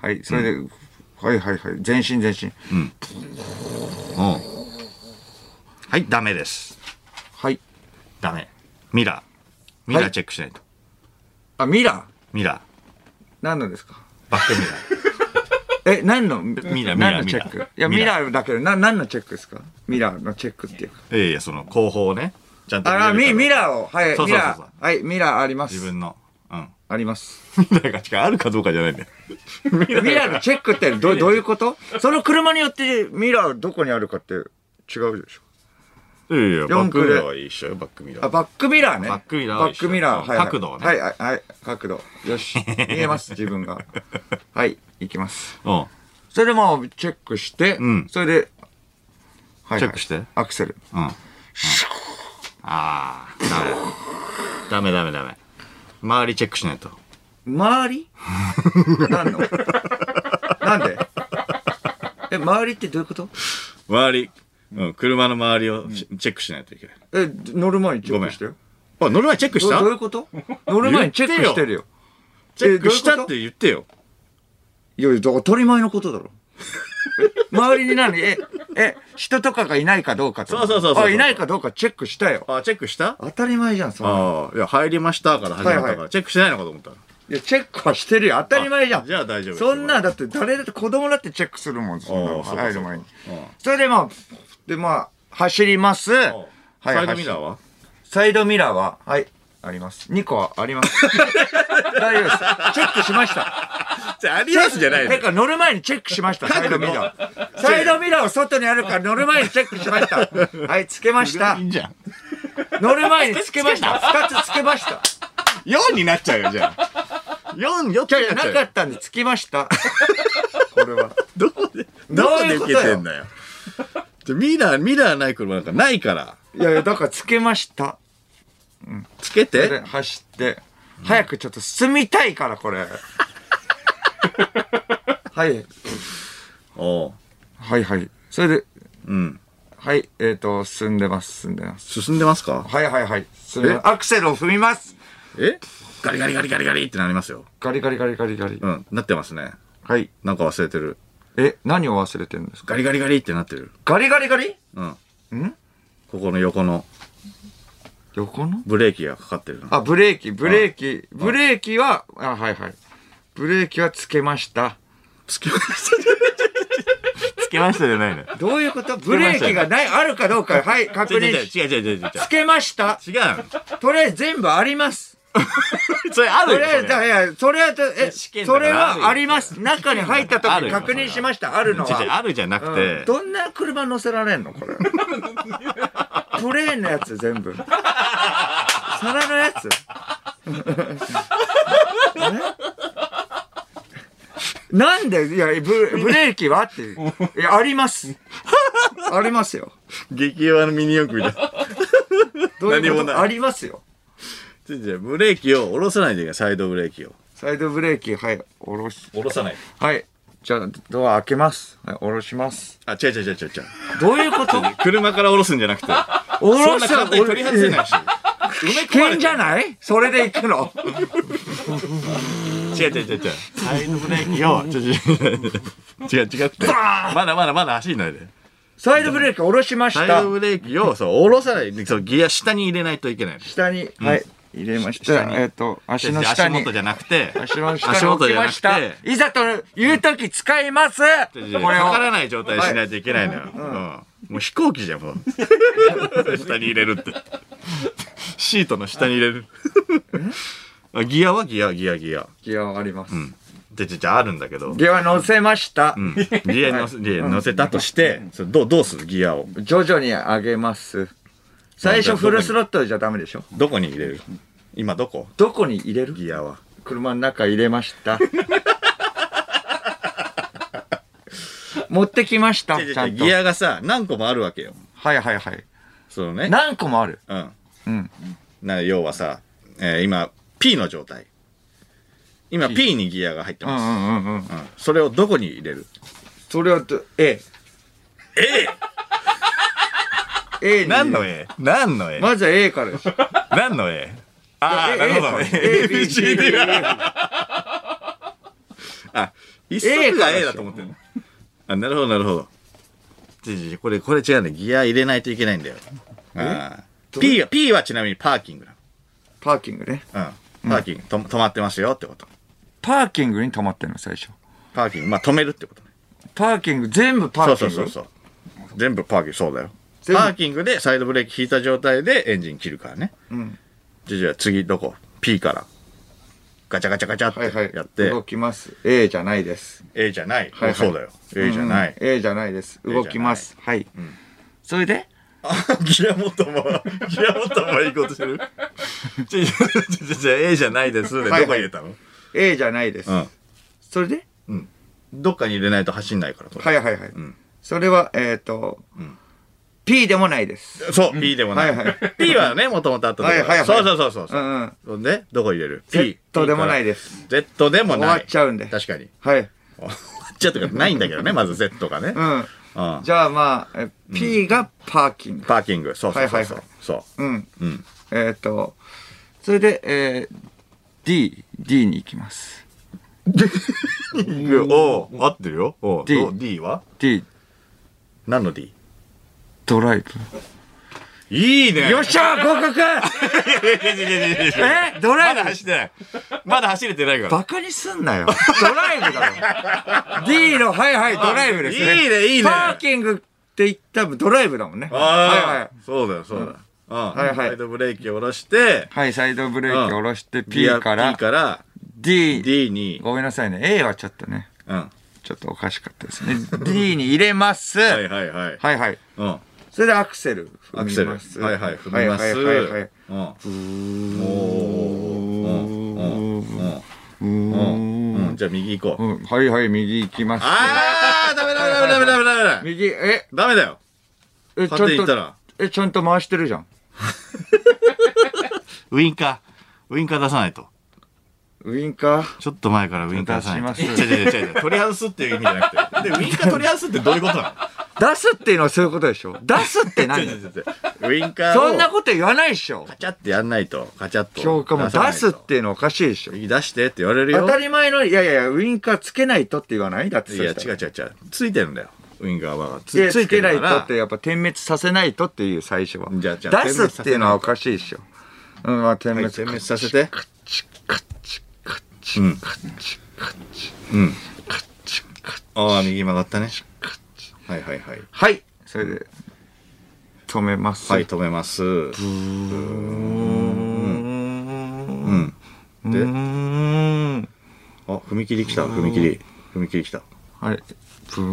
Speaker 2: はい、それで、はいはいはい。全身全身。
Speaker 1: うんはい、ダメです。
Speaker 2: はい。
Speaker 1: ダメ。ミラー。ミラーチェックしないと。
Speaker 2: あ、ミラー。
Speaker 1: ミラ
Speaker 2: 何のですか
Speaker 1: ー。バックミラー。
Speaker 2: え、何のミ
Speaker 1: ミラーミラー
Speaker 2: 何のチェッ
Speaker 1: ミ
Speaker 2: ク
Speaker 1: ラー
Speaker 2: いや、ミ
Speaker 1: ミラ
Speaker 2: ラーだけど、な、何のチェックですかミラーのチェックっていうか。
Speaker 1: いやいや、その後方をね。ちゃんと
Speaker 2: あ、ミ、ミ
Speaker 1: ー。
Speaker 2: ラーを。はい、
Speaker 1: そう
Speaker 2: ミ
Speaker 1: そうそう
Speaker 2: ラ
Speaker 1: そう
Speaker 2: ー。はい、ミラーあります
Speaker 1: 自。分の。 うん。
Speaker 2: あります。
Speaker 1: ミラーが違うあるかどうかじゃないんだよ。
Speaker 2: ミラーのチェックっ てどどういうことその車によってミラーどこにあるかって違うでしょ
Speaker 1: いやいや、バッ
Speaker 2: 四駆
Speaker 1: ク
Speaker 2: で
Speaker 1: ミラーは一緒よ、バックミラ
Speaker 2: あ、
Speaker 1: ー。
Speaker 2: バックミラーね。
Speaker 1: バックミラー
Speaker 2: バックミラー。
Speaker 1: 一緒
Speaker 2: はいはい、
Speaker 1: 角度をね
Speaker 2: はい、はい、はい。角度。よし。見えます、自分が。はい、行きます。
Speaker 1: うん。
Speaker 2: それでもうチェックして、
Speaker 1: うん
Speaker 2: それで、はいはい
Speaker 1: チェックして。
Speaker 2: アクセル。
Speaker 1: うん。ああー、ダメ。ダメダメダメ。周りチェックしないと。
Speaker 2: 周りな んのなんでえ、周りってどういうこと
Speaker 1: 周り、うん、車の周りをしチェックしないといけない。
Speaker 2: え、乗る前にチェックしてよ。
Speaker 1: あ、乗る前チェックし
Speaker 2: ど
Speaker 1: た
Speaker 2: どういうこと乗る前にチェックしてるよ。
Speaker 1: チェックしたっ
Speaker 2: えどう
Speaker 1: て言ってよ。
Speaker 2: いやいや、だから当たり前のことだろ。え周りに何 え、え、人とかがいないかどうかと
Speaker 1: そうそうそうそう
Speaker 2: あ、いないかどうかチェックしたよ。
Speaker 1: あ、チェックした
Speaker 2: 当たり前じゃん、そんなの
Speaker 1: ああ、いや、入りましたから始まったから、
Speaker 2: はいは
Speaker 1: チェックしてないのかと思ったら。
Speaker 2: いや、チェックはしてるよ。当たり前じゃん。
Speaker 1: あじゃあ大丈夫
Speaker 2: そんな、だって誰だって子供だってチェックするもん、そんな
Speaker 1: あ
Speaker 2: の
Speaker 1: あそうか
Speaker 2: 入る前に
Speaker 1: そうかうん。
Speaker 2: それでまあ、でまあ、走ります。は
Speaker 1: サイドミラーは
Speaker 2: サイドミラーは、はい、あります。2個あり ます。大丈夫です。チェックしました。
Speaker 1: じゃあ、アリ
Speaker 2: てか乗る前にチェックしました、サイドミラー。サイドミラーを外にあるから乗る前にチェックしま した。はい、つけました
Speaker 1: いい。んじゃん。
Speaker 2: 乗る前につけました。2つつけました。
Speaker 1: 4になっちゃうよ、じゃあ。4、4
Speaker 2: じゃ
Speaker 1: になっちゃ
Speaker 2: な
Speaker 1: う
Speaker 2: か
Speaker 1: よ。
Speaker 2: ったんでつきました。これは。
Speaker 1: どこで、ど
Speaker 2: ど
Speaker 1: こ
Speaker 2: う
Speaker 1: で
Speaker 2: いうこ
Speaker 1: 受
Speaker 2: と
Speaker 1: け
Speaker 2: よ
Speaker 1: てんだよ。じゃあミラー、ミラーない車なんかないから。
Speaker 2: いやいや、だからつけました。
Speaker 1: つけ
Speaker 2: で、
Speaker 1: て。
Speaker 2: 走って。早くちょっと進みたいから、こ れ。はい、
Speaker 1: おう
Speaker 2: はい、はい。それで、
Speaker 1: うん。
Speaker 2: はい、えっ、と、進んでます、進んでます。
Speaker 1: 進んでますか
Speaker 2: はいはいはい。すみませ
Speaker 1: え
Speaker 2: んアクセルを踏みます。
Speaker 1: えガリガリガリガリガリってなりますよ。
Speaker 2: ガリガリガリガリガリ。
Speaker 1: うん、なってますね。
Speaker 2: はい。
Speaker 1: なんか忘れてる。
Speaker 2: え、何を忘れてるんですか
Speaker 1: ガリガリガリってなってる。
Speaker 2: ガリガリガリ
Speaker 1: うん。
Speaker 2: ん
Speaker 1: ここの横の
Speaker 2: 横の
Speaker 1: ブレーキがかかってるの。
Speaker 2: あ、ブレーキ、ブレーキ、ブレーキは、あ、はいはい。ブレーキはつけました。
Speaker 1: つけましたじゃない。つけましたじゃないの。
Speaker 2: どういうことブレーキがない、あるかどうか、はい、確
Speaker 1: 違う
Speaker 2: 認
Speaker 1: 違
Speaker 2: し。
Speaker 1: う違う違う違う違う違う。
Speaker 2: つけました。
Speaker 1: 違う
Speaker 2: とりあえず全部あります。
Speaker 1: の。それあ
Speaker 2: と
Speaker 1: る
Speaker 2: り
Speaker 1: よ。
Speaker 2: あえず、
Speaker 1: それ
Speaker 2: いや、それは、え、
Speaker 1: 試験
Speaker 2: そ
Speaker 1: だか
Speaker 2: れ
Speaker 1: ら
Speaker 2: はあります。中に入った
Speaker 1: あ
Speaker 2: 時
Speaker 1: るよ
Speaker 2: 確認しました、あるの
Speaker 1: 違う違う
Speaker 2: は。
Speaker 1: あるじゃなく
Speaker 2: う
Speaker 1: て
Speaker 2: ん。どんな車乗せられんのこ れ。プレーンのやつ全部。皿のやつ。 えなんでいやブ、ブレーキはって。いや、あります。ありますよ。
Speaker 1: 激弱のミニ四駆みたいな。
Speaker 2: どうい
Speaker 1: 何
Speaker 2: うこ
Speaker 1: も
Speaker 2: と
Speaker 1: ない
Speaker 2: ありますよ。
Speaker 1: 違う違うブレーキを下ろさないといけない。サイドブレーキを。
Speaker 2: サイドブレーキ、はい、下ろし。
Speaker 1: 下ろさない。
Speaker 2: はい。じゃあ、ドア開けます。はい、下ろします。
Speaker 1: あ、違う違う違う違う違う。
Speaker 2: どういうこと
Speaker 1: 車から下ろすんじゃ なくて。
Speaker 2: 下
Speaker 1: そ
Speaker 2: ろ
Speaker 1: んな
Speaker 2: す
Speaker 1: 簡単に取り外せないし。
Speaker 2: 危険じゃないそれで行くの。
Speaker 1: 違う違う違う違う。サイドブレーキを。違う違う違う違う違うって。まだまだまだ走んないで。
Speaker 2: サイドブレーキ下ろしまし
Speaker 1: サイ
Speaker 2: た
Speaker 1: ド。ブレーキをそう下ろさないで、そうギア下に入れないといけない。
Speaker 2: 下に、はい、入れまし
Speaker 1: 下
Speaker 2: た。
Speaker 1: に
Speaker 2: えっ、と、足の下に
Speaker 1: 足元。じゃなくて、
Speaker 2: 足の下に置きまし
Speaker 1: 足
Speaker 2: た。
Speaker 1: 元じゃなくて
Speaker 2: いざという時使いますこ
Speaker 1: 違う
Speaker 2: れ
Speaker 1: 違う
Speaker 2: を。
Speaker 1: かからない状態にしないといけないのよ。うんもう飛行機じゃん、もう。 下に入れるって。シートの下に入れる。 あギアはギア、ギア、ギア。
Speaker 2: ギアはあります。
Speaker 1: で、じゃじゃあるんだけど。
Speaker 2: ギアは乗せました。
Speaker 1: うんギアに乗せギアに乗せたとして、それどう、どうするギアを。
Speaker 2: 徐々に上げます。最初フルスロットルじゃダメでしょ
Speaker 1: どこに入れる今どこ
Speaker 2: どこに入れる
Speaker 1: ギアは。
Speaker 2: 車の中入れま した。持ってきました。
Speaker 1: 違う違う
Speaker 2: ちゃんと。
Speaker 1: ギアがさ、何個もあるわけよ。
Speaker 2: はいはいはい。
Speaker 1: そのね。
Speaker 2: 何個もある。
Speaker 1: うん。
Speaker 2: うん。
Speaker 1: な要はさ、えー今 P の状態今 P にギアが入って
Speaker 2: うんう
Speaker 1: ます、
Speaker 2: んうんうん。
Speaker 1: うんそれをどこに入れる
Speaker 2: それはど、A。A! A に。
Speaker 1: 何の絵何の絵
Speaker 2: まずは A からです。
Speaker 1: 何の絵ああ、
Speaker 2: A
Speaker 1: なるほどね。
Speaker 2: A B C D E F
Speaker 1: あ、一足が
Speaker 2: A
Speaker 1: A だと思ってるの。あ、なるほど、なるほど。ちちちこれ、これ違うんだよ。ギア入れないといけないんだよ。あー P は、P はちなみにパーキングな
Speaker 2: パーキングね。
Speaker 1: の。うん。パーキング、と止まってますよってこと。
Speaker 2: パーキングに止まってるの、最初。
Speaker 1: パーキング、まあ止めるってことね。
Speaker 2: パーキング、全部パ
Speaker 1: そう
Speaker 2: ーキ
Speaker 1: そ
Speaker 2: ン
Speaker 1: う
Speaker 2: グ。
Speaker 1: そうそう。全部パーキング、そうだよ。パ
Speaker 2: 全部
Speaker 1: ーキングでサイドブレーキ引いた状態でエンジン切るからね。
Speaker 2: ん
Speaker 1: じゃあじゃあ次どこ ?P から。ガチャガチャガチャ
Speaker 2: はいはい
Speaker 1: っ。てやって、
Speaker 2: 動きます。A じゃないです。
Speaker 1: A じゃない。
Speaker 2: はいはい
Speaker 1: そうだよ。A じゃない。
Speaker 2: うん A じゃないです。動きます。はい。それで
Speaker 1: ギア元も、ギア元もいいことしてる。じゃじゃじゃ A じゃないです。でどこ
Speaker 2: はい
Speaker 1: に入れたの
Speaker 2: A じゃないです。それで
Speaker 1: うん。うん。どっかに入れないと走んないから、これ。
Speaker 2: はいはいはい
Speaker 1: ん。
Speaker 2: それは、えっと、 P でもないです。
Speaker 1: そう、P でもない。
Speaker 2: はいはい
Speaker 1: P はね、もともとあったところ。
Speaker 2: はいはいはい
Speaker 1: そうそうそうそう。
Speaker 2: うんうん
Speaker 1: そんで、どこ入れる
Speaker 2: Z でもないです。
Speaker 1: P Z でもない。
Speaker 2: 終わっちゃうんで
Speaker 1: 確かに。
Speaker 2: はい。
Speaker 1: 終わっちゃうとかないんだけどね、まず Z がね。う。
Speaker 2: うんん。じゃあまあ、え P がパーキング。
Speaker 1: パーキング。そうそうそうそう。
Speaker 2: はいはいはい
Speaker 1: そ
Speaker 2: うん。
Speaker 1: う。うん。
Speaker 2: えっ、と、それで、えー、D、D に行きます。
Speaker 1: お合ってるよ。お
Speaker 2: D
Speaker 1: お D は
Speaker 2: D、
Speaker 1: 何の D?
Speaker 2: ドライブ。
Speaker 1: いいね
Speaker 2: よっしゃ合格 えドライ
Speaker 1: まだ
Speaker 2: ブ
Speaker 1: 走ってない。まだ走れてないから。
Speaker 2: バカにすんなよ。ドライブだ ろ。D の、はいはい、ドライブですね。
Speaker 1: いいねいいね
Speaker 2: パーキングって言ったらドライブだもんね。はいは
Speaker 1: あ
Speaker 2: い
Speaker 1: あ。、そうだよ、そうだよ。うん。
Speaker 2: はいはい
Speaker 1: サイドブレーキを下ろして、
Speaker 2: はい、サイドブレーキ下ろして、P
Speaker 1: ギア
Speaker 2: から
Speaker 1: P から
Speaker 2: D、
Speaker 1: D に、
Speaker 2: ごめんなさいね。A はちょっとね、
Speaker 1: うん。は
Speaker 2: ちょっとおかしかったですね。D に入れます。はいい
Speaker 1: はいはい。
Speaker 2: はい。
Speaker 1: うん。
Speaker 2: それでアクセル
Speaker 1: ア
Speaker 2: 踏
Speaker 1: ク
Speaker 2: み
Speaker 1: セル。
Speaker 2: ま
Speaker 1: は
Speaker 2: す。
Speaker 1: いはい、踏みます。
Speaker 2: はいはいはいは
Speaker 1: うん。
Speaker 2: い。
Speaker 1: おーおーおーおーうんうんうんうんじゃあ右行こ
Speaker 2: う
Speaker 1: う。
Speaker 2: ん、はいはい、右行きます。
Speaker 1: あーダメダメダメダメダメダメダメ
Speaker 2: 右、え、
Speaker 1: ダメだよ
Speaker 2: え、ちゃ
Speaker 1: 勝手に行
Speaker 2: ん
Speaker 1: った
Speaker 2: と、
Speaker 1: ら。
Speaker 2: え、ちゃんと回してるじゃん。
Speaker 1: ウインカー。ウインカー出さないと。
Speaker 2: ウインカー。
Speaker 1: ちょっと前からウインカー出さないと。
Speaker 2: 出します
Speaker 1: 違う違う違う違う取り外すっていう意味じゃなくて。で、ウインカー取り外すってどういう ことなの
Speaker 2: 出すっていうのはそういうことでしょ出すって
Speaker 1: 違う
Speaker 2: 何
Speaker 1: 違う違うウインカーを
Speaker 2: そんなこと言わないでしょ
Speaker 1: カチャってやんないと、カチャっと。
Speaker 2: 教科も出すっ
Speaker 1: さないと。
Speaker 2: ていうのはおかしいでしょ
Speaker 1: 右出してって言われるよ。
Speaker 2: 当たり前の、いやいやいや、ウインカーつけないとって言わないだって
Speaker 1: い
Speaker 2: そ
Speaker 1: や、違
Speaker 2: し
Speaker 1: う
Speaker 2: た
Speaker 1: 違
Speaker 2: ら
Speaker 1: う違う。ついてるんだよ。ウインカーは。
Speaker 2: いやつけない
Speaker 1: るか
Speaker 2: と
Speaker 1: ら
Speaker 2: って、やっぱ点滅させないとっていう最初は。
Speaker 1: じゃあじゃあ
Speaker 2: 出すっていうのはおかしいでしょ。うん、まあ点
Speaker 1: はい
Speaker 2: 滅。
Speaker 1: 点滅させて。
Speaker 2: カチカチカチ
Speaker 1: うん
Speaker 2: カチカチ
Speaker 1: うん。
Speaker 2: カチカチ
Speaker 1: ああ、右曲がったね。
Speaker 2: カチ。
Speaker 1: はいはいはい。
Speaker 2: はい。それで、止めます。
Speaker 1: はい、。止めます。う
Speaker 2: うん。
Speaker 1: ん。で、
Speaker 2: うん。
Speaker 1: あ、踏切来た、踏切。踏切来た。
Speaker 2: はい。ブー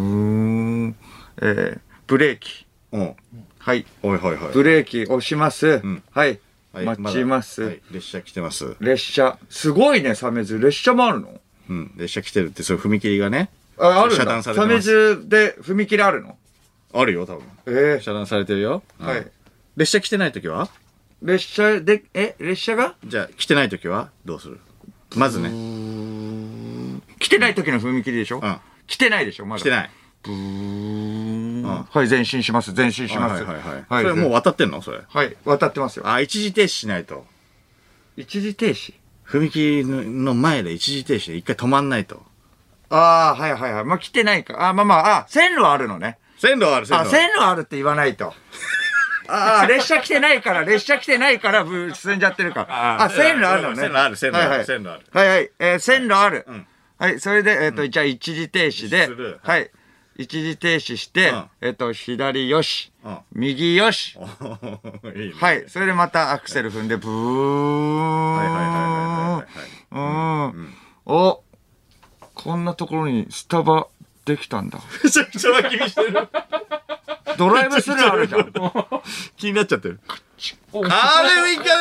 Speaker 2: ン。えー、ブレーキ。
Speaker 1: うん。
Speaker 2: はい。
Speaker 1: おいはいはい。
Speaker 2: ブレーキ押します。
Speaker 1: ん
Speaker 2: はい。
Speaker 1: はい
Speaker 2: 待
Speaker 1: だ
Speaker 2: ちます、
Speaker 1: はい列車来てます。
Speaker 2: 列車。すごいね、サメズ。列車もあるの
Speaker 1: うん。列車来てるって、そういう踏切がね。
Speaker 2: あ、あるん
Speaker 1: 遮断
Speaker 2: だ。
Speaker 1: されて
Speaker 2: サメ
Speaker 1: ます
Speaker 2: ズで踏切あるの
Speaker 1: あるよ、多分。
Speaker 2: え
Speaker 1: 遮断されてるよ。
Speaker 2: えは
Speaker 1: う
Speaker 2: い
Speaker 1: ん。。列車来てないときは
Speaker 2: 列車で、え、列車が
Speaker 1: じゃあ、来てないときはどうするまずね。
Speaker 2: 来てない時の踏切でしょ
Speaker 1: うん。
Speaker 2: 来てないでしょまだ。
Speaker 1: 来てない。
Speaker 2: ブーン。
Speaker 1: うん
Speaker 2: はい、前進します。前進しま
Speaker 1: は
Speaker 2: す。
Speaker 1: いはいはい。
Speaker 2: はい。
Speaker 1: それもう渡ってんのそれ。
Speaker 2: はい、渡ってますよ。
Speaker 1: あ、一時停止しないと。
Speaker 2: 一時停止
Speaker 1: 踏切の前で一時停止で一回止まんないと。
Speaker 2: ああ、はいはいはい。まあ、来てないか。あーまあまあ、あー線路はあるのね。
Speaker 1: 線路ある、線
Speaker 2: あ、
Speaker 1: 路。
Speaker 2: 線路あるって言わな いと。ああ、列車来てないから、列車来てないから、ぶ進んじゃってるから。あ
Speaker 1: あ
Speaker 2: 線路あるのね。
Speaker 1: 線路ある線路ある
Speaker 2: はいはい
Speaker 1: 線路ある
Speaker 2: はいはい。えー線路ある
Speaker 1: ん。
Speaker 2: はい、それで、えっと、じゃあ一時停止
Speaker 1: す
Speaker 2: で
Speaker 1: る、
Speaker 2: はい。一時停止して
Speaker 1: うん、
Speaker 2: えっと、左よし
Speaker 1: うん、
Speaker 2: 右よし。
Speaker 1: いいね。
Speaker 2: はい、それでまたアクセル踏んで、ブーン。
Speaker 1: はいはいはいはいはいはい。
Speaker 2: うん。お、こんなところにスタバできたんだ。
Speaker 1: めちゃくちゃ気にしてる。
Speaker 2: ドライブスルーあるじゃん。
Speaker 1: 気になっちゃってる。あれウインカーで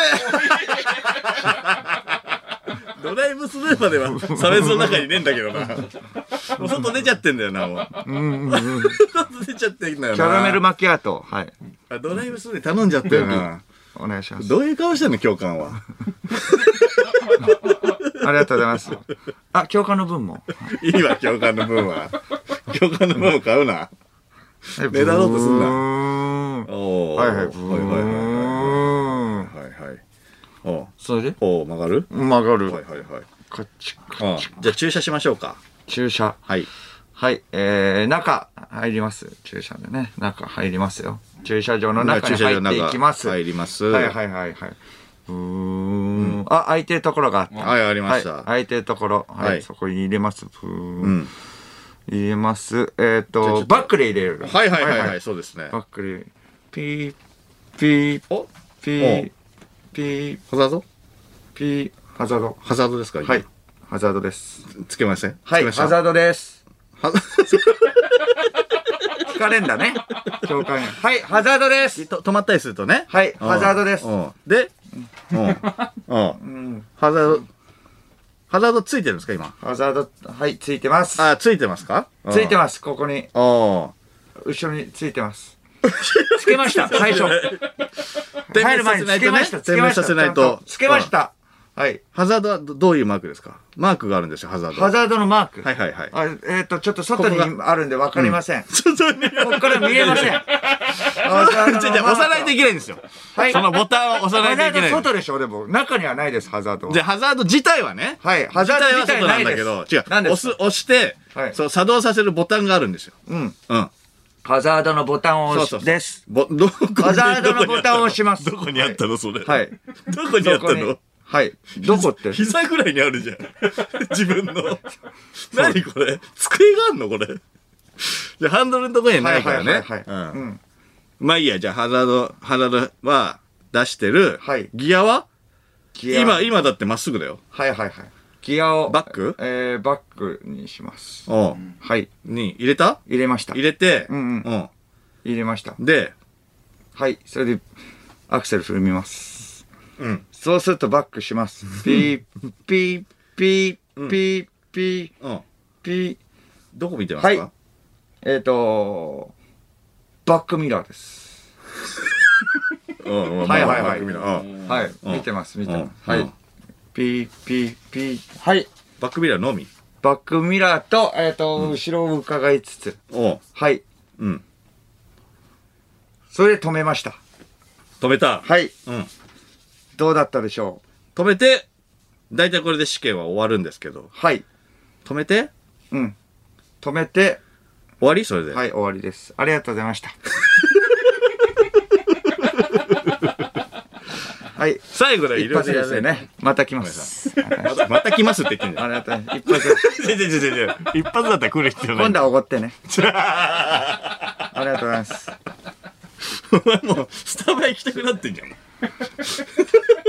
Speaker 1: ドライブスルーまでは差別の中にねえんだけどな。もう外出ちゃってんだよな、もう。 外出ちゃってんだよな。
Speaker 2: キャラメルマキアート。はい。
Speaker 1: あドライブスルーで頼んじゃったよな。
Speaker 2: お願いします。
Speaker 1: どういう顔してんの、教官は。
Speaker 2: ありがとうございます。あ、教科の分も。
Speaker 1: いいわ、教官の分は。教官の分を買うな。ねだろうとすんな
Speaker 2: な。
Speaker 1: おー
Speaker 2: はいはい。
Speaker 1: は
Speaker 2: ブ
Speaker 1: いはいは
Speaker 2: ーン
Speaker 1: いはい。はいはい。おう
Speaker 2: それで
Speaker 1: おう曲がる
Speaker 2: 曲が
Speaker 1: はい
Speaker 2: る。
Speaker 1: はいはい。
Speaker 2: こっち、
Speaker 1: うんじゃあ駐車しましょうか。
Speaker 2: 駐車。
Speaker 1: はい。
Speaker 2: はい。えー、中入ります。駐車でね。中入りますよ。駐車場の中に
Speaker 1: 駐車
Speaker 2: 入
Speaker 1: 場の
Speaker 2: っていきます。
Speaker 1: 入ります。
Speaker 2: はいはいはいはい。うーん。あ、空いてるところがあった。
Speaker 1: はいありました
Speaker 2: はい空いてるところ。はい。
Speaker 1: はい
Speaker 2: そこに入れます。ふーん
Speaker 1: うん
Speaker 2: 入れます。えっ、
Speaker 1: じゃあちょっ
Speaker 2: と、
Speaker 1: と
Speaker 2: バックで入れる。
Speaker 1: はいはいはいはい、そうですね。
Speaker 2: バックで。ピー、ピー、
Speaker 1: お
Speaker 2: ピ
Speaker 1: お
Speaker 2: ー、ピー、
Speaker 1: ハザード
Speaker 2: ピー、ハザード。
Speaker 1: ハザードですか
Speaker 2: はい。。ハザードです。
Speaker 1: つけません
Speaker 2: はい、ハザ
Speaker 1: ー
Speaker 2: ードです。
Speaker 1: ド。
Speaker 2: 聞かれんだね。教官。はい、ハザードです。
Speaker 1: と止まったりするとね。
Speaker 2: はい
Speaker 1: うん
Speaker 2: ハザードです
Speaker 1: うんで、うん。うんハザード、ハザードついてるんですか、今。
Speaker 2: ハザード、はい、ついてます。
Speaker 1: あ、ついてますか
Speaker 2: ついて
Speaker 1: ま
Speaker 2: ます。ここに、
Speaker 1: す。おー
Speaker 2: 後ろについてます。つけま した、最初。
Speaker 1: 点滅させない
Speaker 2: 入る前につけ
Speaker 1: とね
Speaker 2: ました、。つ
Speaker 1: 点
Speaker 2: けま
Speaker 1: 滅
Speaker 2: した。
Speaker 1: させない
Speaker 2: ちゃん
Speaker 1: と。
Speaker 2: つけました。はい。
Speaker 1: ハザードはどどういうマークですかマークがあるんですよ、ハザードは。
Speaker 2: ハザードのマーク。
Speaker 1: はいはいはい
Speaker 2: あえっと、ちょっと外に
Speaker 1: ここ
Speaker 2: あるんで分かりません。こ
Speaker 1: そうそうね
Speaker 2: こから見えません。ハザードのマーク
Speaker 1: じゃあじゃあ押さないといけないんですよ。
Speaker 2: はい
Speaker 1: そのボタンを押さな
Speaker 2: ハ
Speaker 1: い
Speaker 2: ザ
Speaker 1: と
Speaker 2: ー
Speaker 1: いけ
Speaker 2: ド
Speaker 1: ない。
Speaker 2: 外でしょ、でも。中にはないです、ハザードは
Speaker 1: じゃあハザード自体はね。
Speaker 2: はいハザード自
Speaker 1: は
Speaker 2: 体
Speaker 1: 外
Speaker 2: な
Speaker 1: ないん
Speaker 2: で
Speaker 1: だ
Speaker 2: す
Speaker 1: けど、違う。
Speaker 2: 何です
Speaker 1: 押
Speaker 2: か
Speaker 1: す、押して、
Speaker 2: はい
Speaker 1: そう、作動させるボタンがあるんですよ。
Speaker 2: うん。
Speaker 1: うん。
Speaker 2: ハザードのボタンを押
Speaker 1: そうそうそ
Speaker 2: し、
Speaker 1: う
Speaker 2: です。
Speaker 1: ぼ、どこに
Speaker 2: ハザードのボタンを押します
Speaker 1: どこにあったのそれ。
Speaker 2: はい。
Speaker 1: どこにあったの
Speaker 2: はい。どこって
Speaker 1: 膝ぐらいにあるじ ゃん。自分の。何これ机があんのこれ。じゃあハンドルのとこにはないからね。
Speaker 2: はいはいはいはい。
Speaker 1: う
Speaker 2: うんん。
Speaker 1: まあいいや、じゃあハザード、ハザードは出してる。
Speaker 2: はい
Speaker 1: ギアは
Speaker 2: ギア
Speaker 1: 今、今だってまっすぐだよ。
Speaker 2: はいはいはい。ギアを。
Speaker 1: バック
Speaker 2: えー、バックにします。
Speaker 1: おう
Speaker 2: はい。
Speaker 1: に入れた
Speaker 2: 入れました。
Speaker 1: 入れて、
Speaker 2: うん
Speaker 1: うん。
Speaker 2: 入れました。
Speaker 1: で、
Speaker 2: はい。それで、アクセル踏みます。
Speaker 1: うん。
Speaker 2: そうするとバックします。ピー、ピー、ピー、ピー、ピー、
Speaker 1: うん。
Speaker 2: ピー。
Speaker 1: どこ見てますか、
Speaker 2: はいえっ、ー、とバックミラーです。
Speaker 1: うんうん
Speaker 2: はいはいは
Speaker 1: バッ
Speaker 2: い
Speaker 1: クミラーうん
Speaker 2: はい。
Speaker 1: ん
Speaker 2: 見てます、見てます。
Speaker 1: うん
Speaker 2: は
Speaker 1: う
Speaker 2: い
Speaker 1: ん。
Speaker 2: ピー、ピー、ピー。はい。
Speaker 1: バックミラーのみ。
Speaker 2: バックミラーと、えっ、と、後ろを伺いつつ。
Speaker 1: おう
Speaker 2: はい。
Speaker 1: うん。
Speaker 2: それで止めました。
Speaker 1: 止めた。
Speaker 2: はい。
Speaker 1: うん。
Speaker 2: どうだったでしょう
Speaker 1: 止めて、大体これで試験は終わるんですけど、
Speaker 2: はい。
Speaker 1: 止めて、
Speaker 2: うん。止めて、
Speaker 1: 終わりそれで。
Speaker 2: はい、終わりです。ありがとうござい ました。はい。
Speaker 1: 最後だよ、
Speaker 2: 一発ですよ
Speaker 1: いろいろやる。
Speaker 2: ね。また来ます。
Speaker 1: また、また来ますって言ってんじゃ
Speaker 2: あ
Speaker 1: ん。
Speaker 2: りがとうございます。一発です。
Speaker 1: 違う違う違う違う一発だったら来る必要ない。
Speaker 2: 今度はおごって ね。ありがとうございます。
Speaker 1: お前もう、スタバ行きたくなってんじゃん。
Speaker 2: い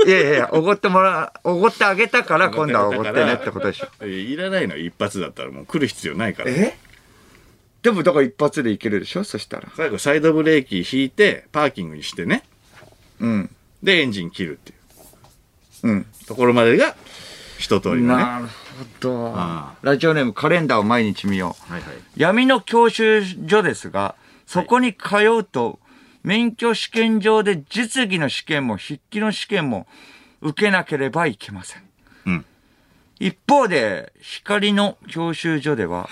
Speaker 2: やいやいや、おごってもら、おごってあげたから今度はおごってねってことでしょ。
Speaker 1: いやいらないの一発だったらもう来る必要ないから。
Speaker 2: えでもだから一発でいけるでしょそしたら。
Speaker 1: 最後、サイドブレーキ引いて、パーキングにしてね。
Speaker 2: うん。
Speaker 1: で、エンジン切るってい
Speaker 2: うん。
Speaker 1: うところまでが、一通りのね。
Speaker 2: なるほど
Speaker 1: あ。
Speaker 2: ラジオネームカレンダーを毎日見よう。
Speaker 1: はいはい。
Speaker 2: 闇の教習所ですが、そこに通うと、免許試験場で実技の試験も筆記の試験も受けなければいけません。
Speaker 1: うん
Speaker 2: 一方で、光の教習所 では、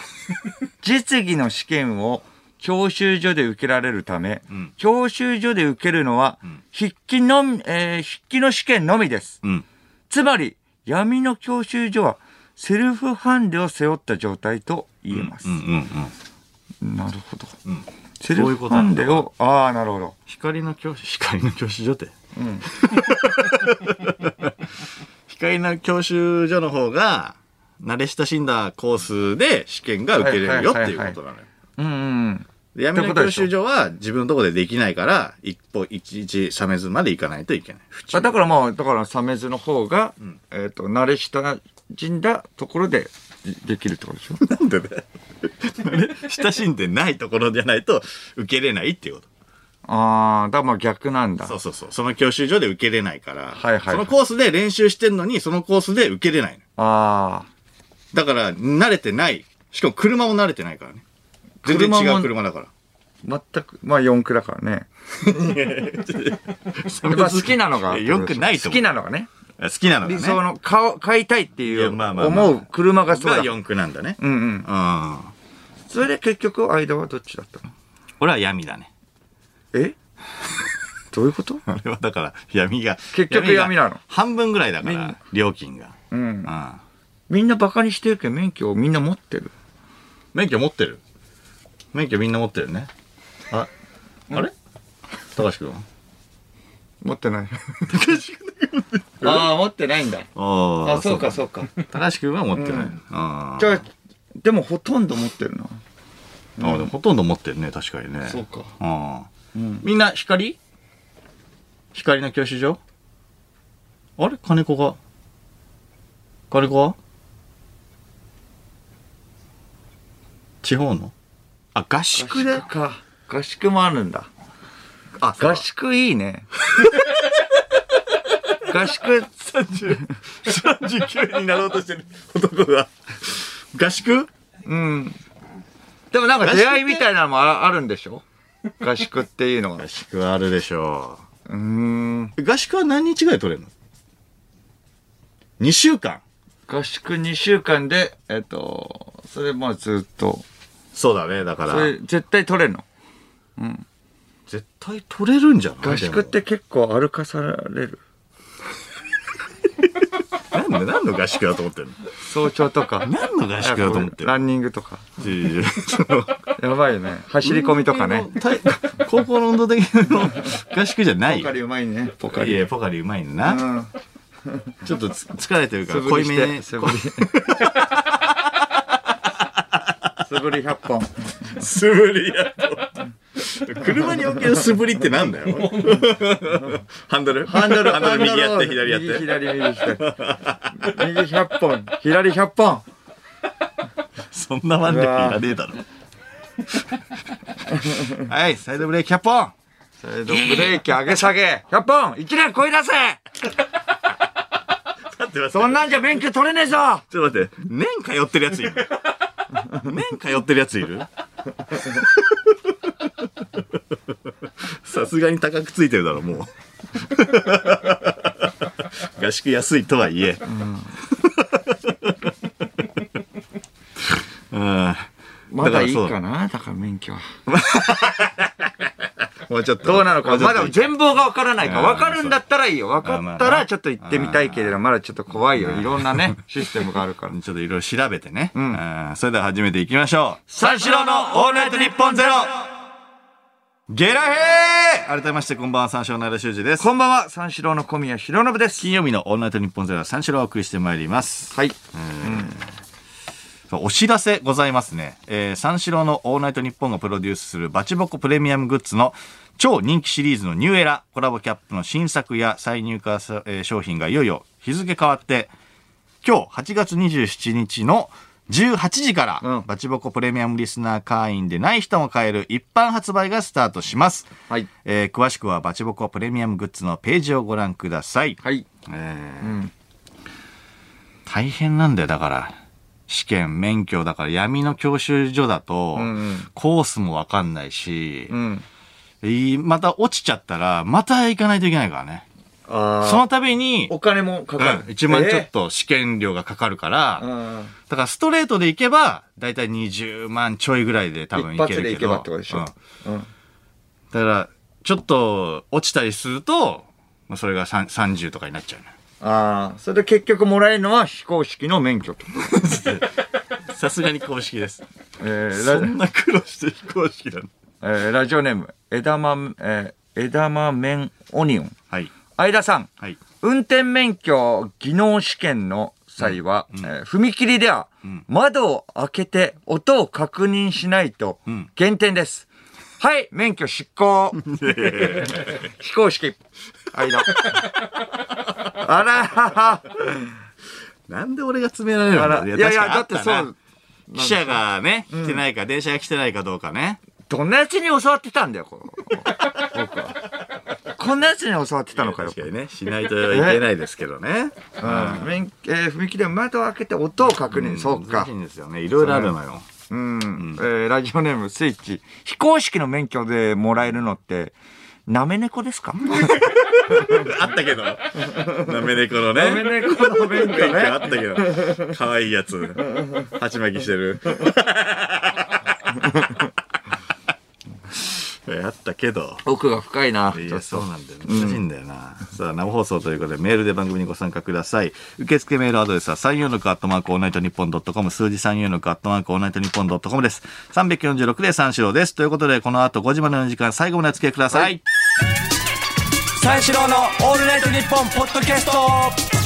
Speaker 2: 実技の試験を教習所で受けられるため、
Speaker 1: ん
Speaker 2: 教習所で受けるのは、筆記のみ、えー筆記の試験のみです。
Speaker 1: うん。
Speaker 2: つまり、闇の教習所は、セルフハンデを背負った状態と言えます。
Speaker 1: うんうんうん。
Speaker 2: なるほど。
Speaker 1: ん
Speaker 2: セル
Speaker 1: そういう
Speaker 2: フ
Speaker 1: こと
Speaker 2: ハ
Speaker 1: なん
Speaker 2: ン
Speaker 1: だ
Speaker 2: デを、ああ、なるほど。
Speaker 1: 光の教師、 光の教師所って。 光の教習所の方が、慣れ親しんだコースで試験が受けれるよっていうことなのよ。
Speaker 2: うんうん
Speaker 1: で闇
Speaker 2: って
Speaker 1: の
Speaker 2: ことで
Speaker 1: 教
Speaker 2: しょ
Speaker 1: 習所は自分のとこでできないから、一歩、一日冷めずまで行かないといけない。
Speaker 2: うん。あだからまあ、だから、サメズの方が、えっ、と、慣れ親しんだところで、できるってこと でしょ
Speaker 1: なんでね。親しんでないところじゃないと受けれないっていうこと。
Speaker 2: ああ、だからまあ逆なんだ。
Speaker 1: そうそうそう。その教習所で受けれないから、
Speaker 2: はいはいはい
Speaker 1: そのコースで練習してんのに、そのコースで受けれないの。
Speaker 2: ああ。
Speaker 1: だから、慣れてない。しかも車も慣れてないからね。全然違
Speaker 2: 車
Speaker 1: う
Speaker 2: も
Speaker 1: 車だから。
Speaker 2: 全く、まあ4区だからね。まあ好きなのが。
Speaker 1: よくないと思
Speaker 2: 好
Speaker 1: う
Speaker 2: きなのがね。
Speaker 1: 好きなのが
Speaker 2: 理
Speaker 1: ね。
Speaker 2: 想の、買お買いたいってい、
Speaker 1: いうやまあまあまあ
Speaker 2: 思う車がそうだ
Speaker 1: が。四駆なんだね。
Speaker 2: うんうん。
Speaker 1: うん。
Speaker 2: それで結局、間はどっちだったの
Speaker 1: 俺は闇だね。
Speaker 2: え どういうこと
Speaker 1: あれはだから闇が。
Speaker 2: 結局
Speaker 1: が
Speaker 2: 闇なの
Speaker 1: 半分ぐらいだか
Speaker 2: みん
Speaker 1: ら、料金が。
Speaker 2: う。
Speaker 1: うんん。
Speaker 2: みんなバカにしてるけど、免許をみんな持ってる。
Speaker 1: 免許持ってる免許みんな持ってるね。あ、あれ高橋君
Speaker 2: 持ってない。 ああ、持ってないんだ。
Speaker 1: あー
Speaker 2: あ、そうか、そうか。
Speaker 1: 高橋君は持ってない。
Speaker 2: うん
Speaker 1: あ
Speaker 2: じゃ
Speaker 1: ー
Speaker 2: あ、でもほとんど持ってるな。
Speaker 1: あー。でもほとんど持ってるね、確かにね。
Speaker 2: そうか。
Speaker 1: ああ
Speaker 2: うん
Speaker 1: みんな光光の教習所あれ金子が。金子は地方のあ、合宿で
Speaker 2: か。合宿もあるんだ。
Speaker 1: あ、
Speaker 2: 合宿いい ね。合宿、
Speaker 1: 30 39になろうとしてる男が。合宿
Speaker 2: うん。でもなんか出会いみたいなのもああるんでしょ合宿っていうのは
Speaker 1: 合。宿はあるでしょ
Speaker 2: うーん。
Speaker 1: う。合宿は何日ぐらい取れるの ?2 週間。
Speaker 2: 合宿2週間で、えっと、それまあずっと。
Speaker 1: そうだね、だか
Speaker 2: それ絶対取れるの。
Speaker 1: 絶対取れるんじゃない
Speaker 2: 合宿っ。て結構歩かされる。
Speaker 1: でもなんで何の合宿だと思ってんの
Speaker 2: 早朝と か。
Speaker 1: 何の合宿だと思ってん
Speaker 2: ラ
Speaker 1: の
Speaker 2: ンニングとか。
Speaker 1: いやいやその
Speaker 2: やばいよね。走り込みとかね。
Speaker 1: 体高校の運動的の合宿じゃない
Speaker 2: ポカ
Speaker 1: よ。
Speaker 2: リうまいね。ポカ
Speaker 1: い
Speaker 2: リ。
Speaker 1: や、ポカリうまいん
Speaker 2: う
Speaker 1: だな。
Speaker 2: ん。
Speaker 1: ちょっとつ疲れてるから、
Speaker 2: 素
Speaker 1: 濃い
Speaker 2: 振りし
Speaker 1: め
Speaker 2: て
Speaker 1: に。
Speaker 2: 素振り。素振り100本。
Speaker 1: 素振りやと。車における素振りってなんだよ。ハンドルハンドル、ハンドル右やって、左やっ
Speaker 2: 右
Speaker 1: て。
Speaker 2: 左、右左。右100本、左100本。
Speaker 1: そんなワンでいらねえだろ。 はい、サイドブレーキ100本
Speaker 2: サイドブレーキ上げ下げ。100本 !1 年超え出せ
Speaker 1: だって
Speaker 2: そんなんじゃ免許取れねえぞ
Speaker 1: ちょっと待って、年通ってるやつい る。年通ってるやついるさすがに高くついてるだろ、もう。合宿安いとはいえ。うん、
Speaker 2: まだいい
Speaker 1: そう
Speaker 2: かなだから免許は。
Speaker 1: もうちょっと。
Speaker 2: どうなのか、まだ
Speaker 1: もうちょっ
Speaker 2: 全貌がわからないから。
Speaker 1: あー
Speaker 2: わかるんだったらいいよ。わかったらちょっと行ってみたいけれど、まだちょっと怖いよ。いろん なね、システムがあるから
Speaker 1: と。ちょっといろいろ調べてね。
Speaker 2: ん
Speaker 1: うんそれでは始めていきましょう。
Speaker 2: 三四郎のオールナイトニッポンゼロ
Speaker 1: ゲラヘー改めまして、こんばんは、三四郎の間修二です。
Speaker 2: こんばんは、三四郎の小宮浩信です。
Speaker 1: 金曜日のオールナイトニッポンゼロは三四郎をお送りしてまいります。
Speaker 2: はい。
Speaker 1: お知らせございますね。えー三四郎のオールナイトニッポンがプロデュースするバチボコプレミアムグッズの超人気シリーズのニューエラ、コラボキャップの新作や再入荷さ、えー商品がいよいよ日付変わって、今日8月27日の18時から、
Speaker 2: うん
Speaker 1: バチボコプレミアムリスナー会員でない人も買える一般発売がスタートします。
Speaker 2: はい。
Speaker 1: えー詳しくはバチボコプレミアムグッズのページをご覧ください。
Speaker 2: はい。
Speaker 1: えー
Speaker 2: うん。
Speaker 1: 大変なんだよだから試験免許だから闇の教習所だと、
Speaker 2: うんうん
Speaker 1: コースもわかんないし
Speaker 2: う、ん。
Speaker 1: いまた落ちちゃったらまた行かないといけないからね
Speaker 2: あ
Speaker 1: そのために、
Speaker 2: お金もか
Speaker 1: うん、
Speaker 2: かる。
Speaker 1: 1万ちょっと試験料がかかるから、
Speaker 2: えー。うん。
Speaker 1: だからストレートで行けばだいたい20万ちょいぐらいで多分
Speaker 2: 一
Speaker 1: 行け
Speaker 2: 発
Speaker 1: るけど
Speaker 2: でいけばってことでし
Speaker 1: うん
Speaker 2: ょ
Speaker 1: だ。
Speaker 2: うん。
Speaker 1: からちょっと落ちたりすると、まあ、それがさん30とかになっちゃうね
Speaker 2: ああ、それで結局もらえるのは非公式の免許と。
Speaker 1: さすがに公式です
Speaker 2: えー
Speaker 1: そ
Speaker 2: ラ
Speaker 1: んな苦労して非公式なの
Speaker 2: えーラジオネーム、枝豆、えー、枝豆麺オニオン。
Speaker 1: はい
Speaker 2: 相田さん、
Speaker 1: はい
Speaker 2: 運転免許技能試験の際は、えー踏切では、窓を開けて音を確認しないと
Speaker 1: ん
Speaker 2: 減点です。はい、免許執 行。非公式。間。あらはは
Speaker 1: なんで俺が詰められる
Speaker 2: あ
Speaker 1: ん
Speaker 2: ら
Speaker 1: だ
Speaker 2: いやいや、だって
Speaker 1: 確かにあたな
Speaker 2: そう、
Speaker 1: 記者がね、来てないか、電車が来てないかどうかね。
Speaker 2: どんなやつに教わってたんだよ、この僕は。こんなやつに教わってたのかよ。
Speaker 1: にね、しないといけないですけどね。
Speaker 2: うん免えー踏切で窓を開けて音を確認。そうか
Speaker 1: 難しい。んですよね。いろいろあるの よ。
Speaker 2: うん、えーラジオネームスイッチ。非公式の免許でもらえるのって、なめ猫ですか
Speaker 1: あったけど。なめ猫の
Speaker 2: なめ
Speaker 1: ね。
Speaker 2: 猫の免許
Speaker 1: 勉強あ
Speaker 2: ね。
Speaker 1: ったけど。可愛いやつ。鉢巻きして る。あったけど。
Speaker 2: 奥が深いな。
Speaker 1: い
Speaker 2: ちょ
Speaker 1: や
Speaker 2: っと
Speaker 1: そうなんだよ難しいんだよな、さあ生放送ということでメールで番組にご参加ください受付メールアドレスは346アットマークオールナイトニッポンドットコム数字346アットマークオールナイトニッポンドットコムです346で三四郎ですということでこの後5時までの時間最後までお付き合いください、
Speaker 2: 三四郎のオールナイトニッポンポッドキャスト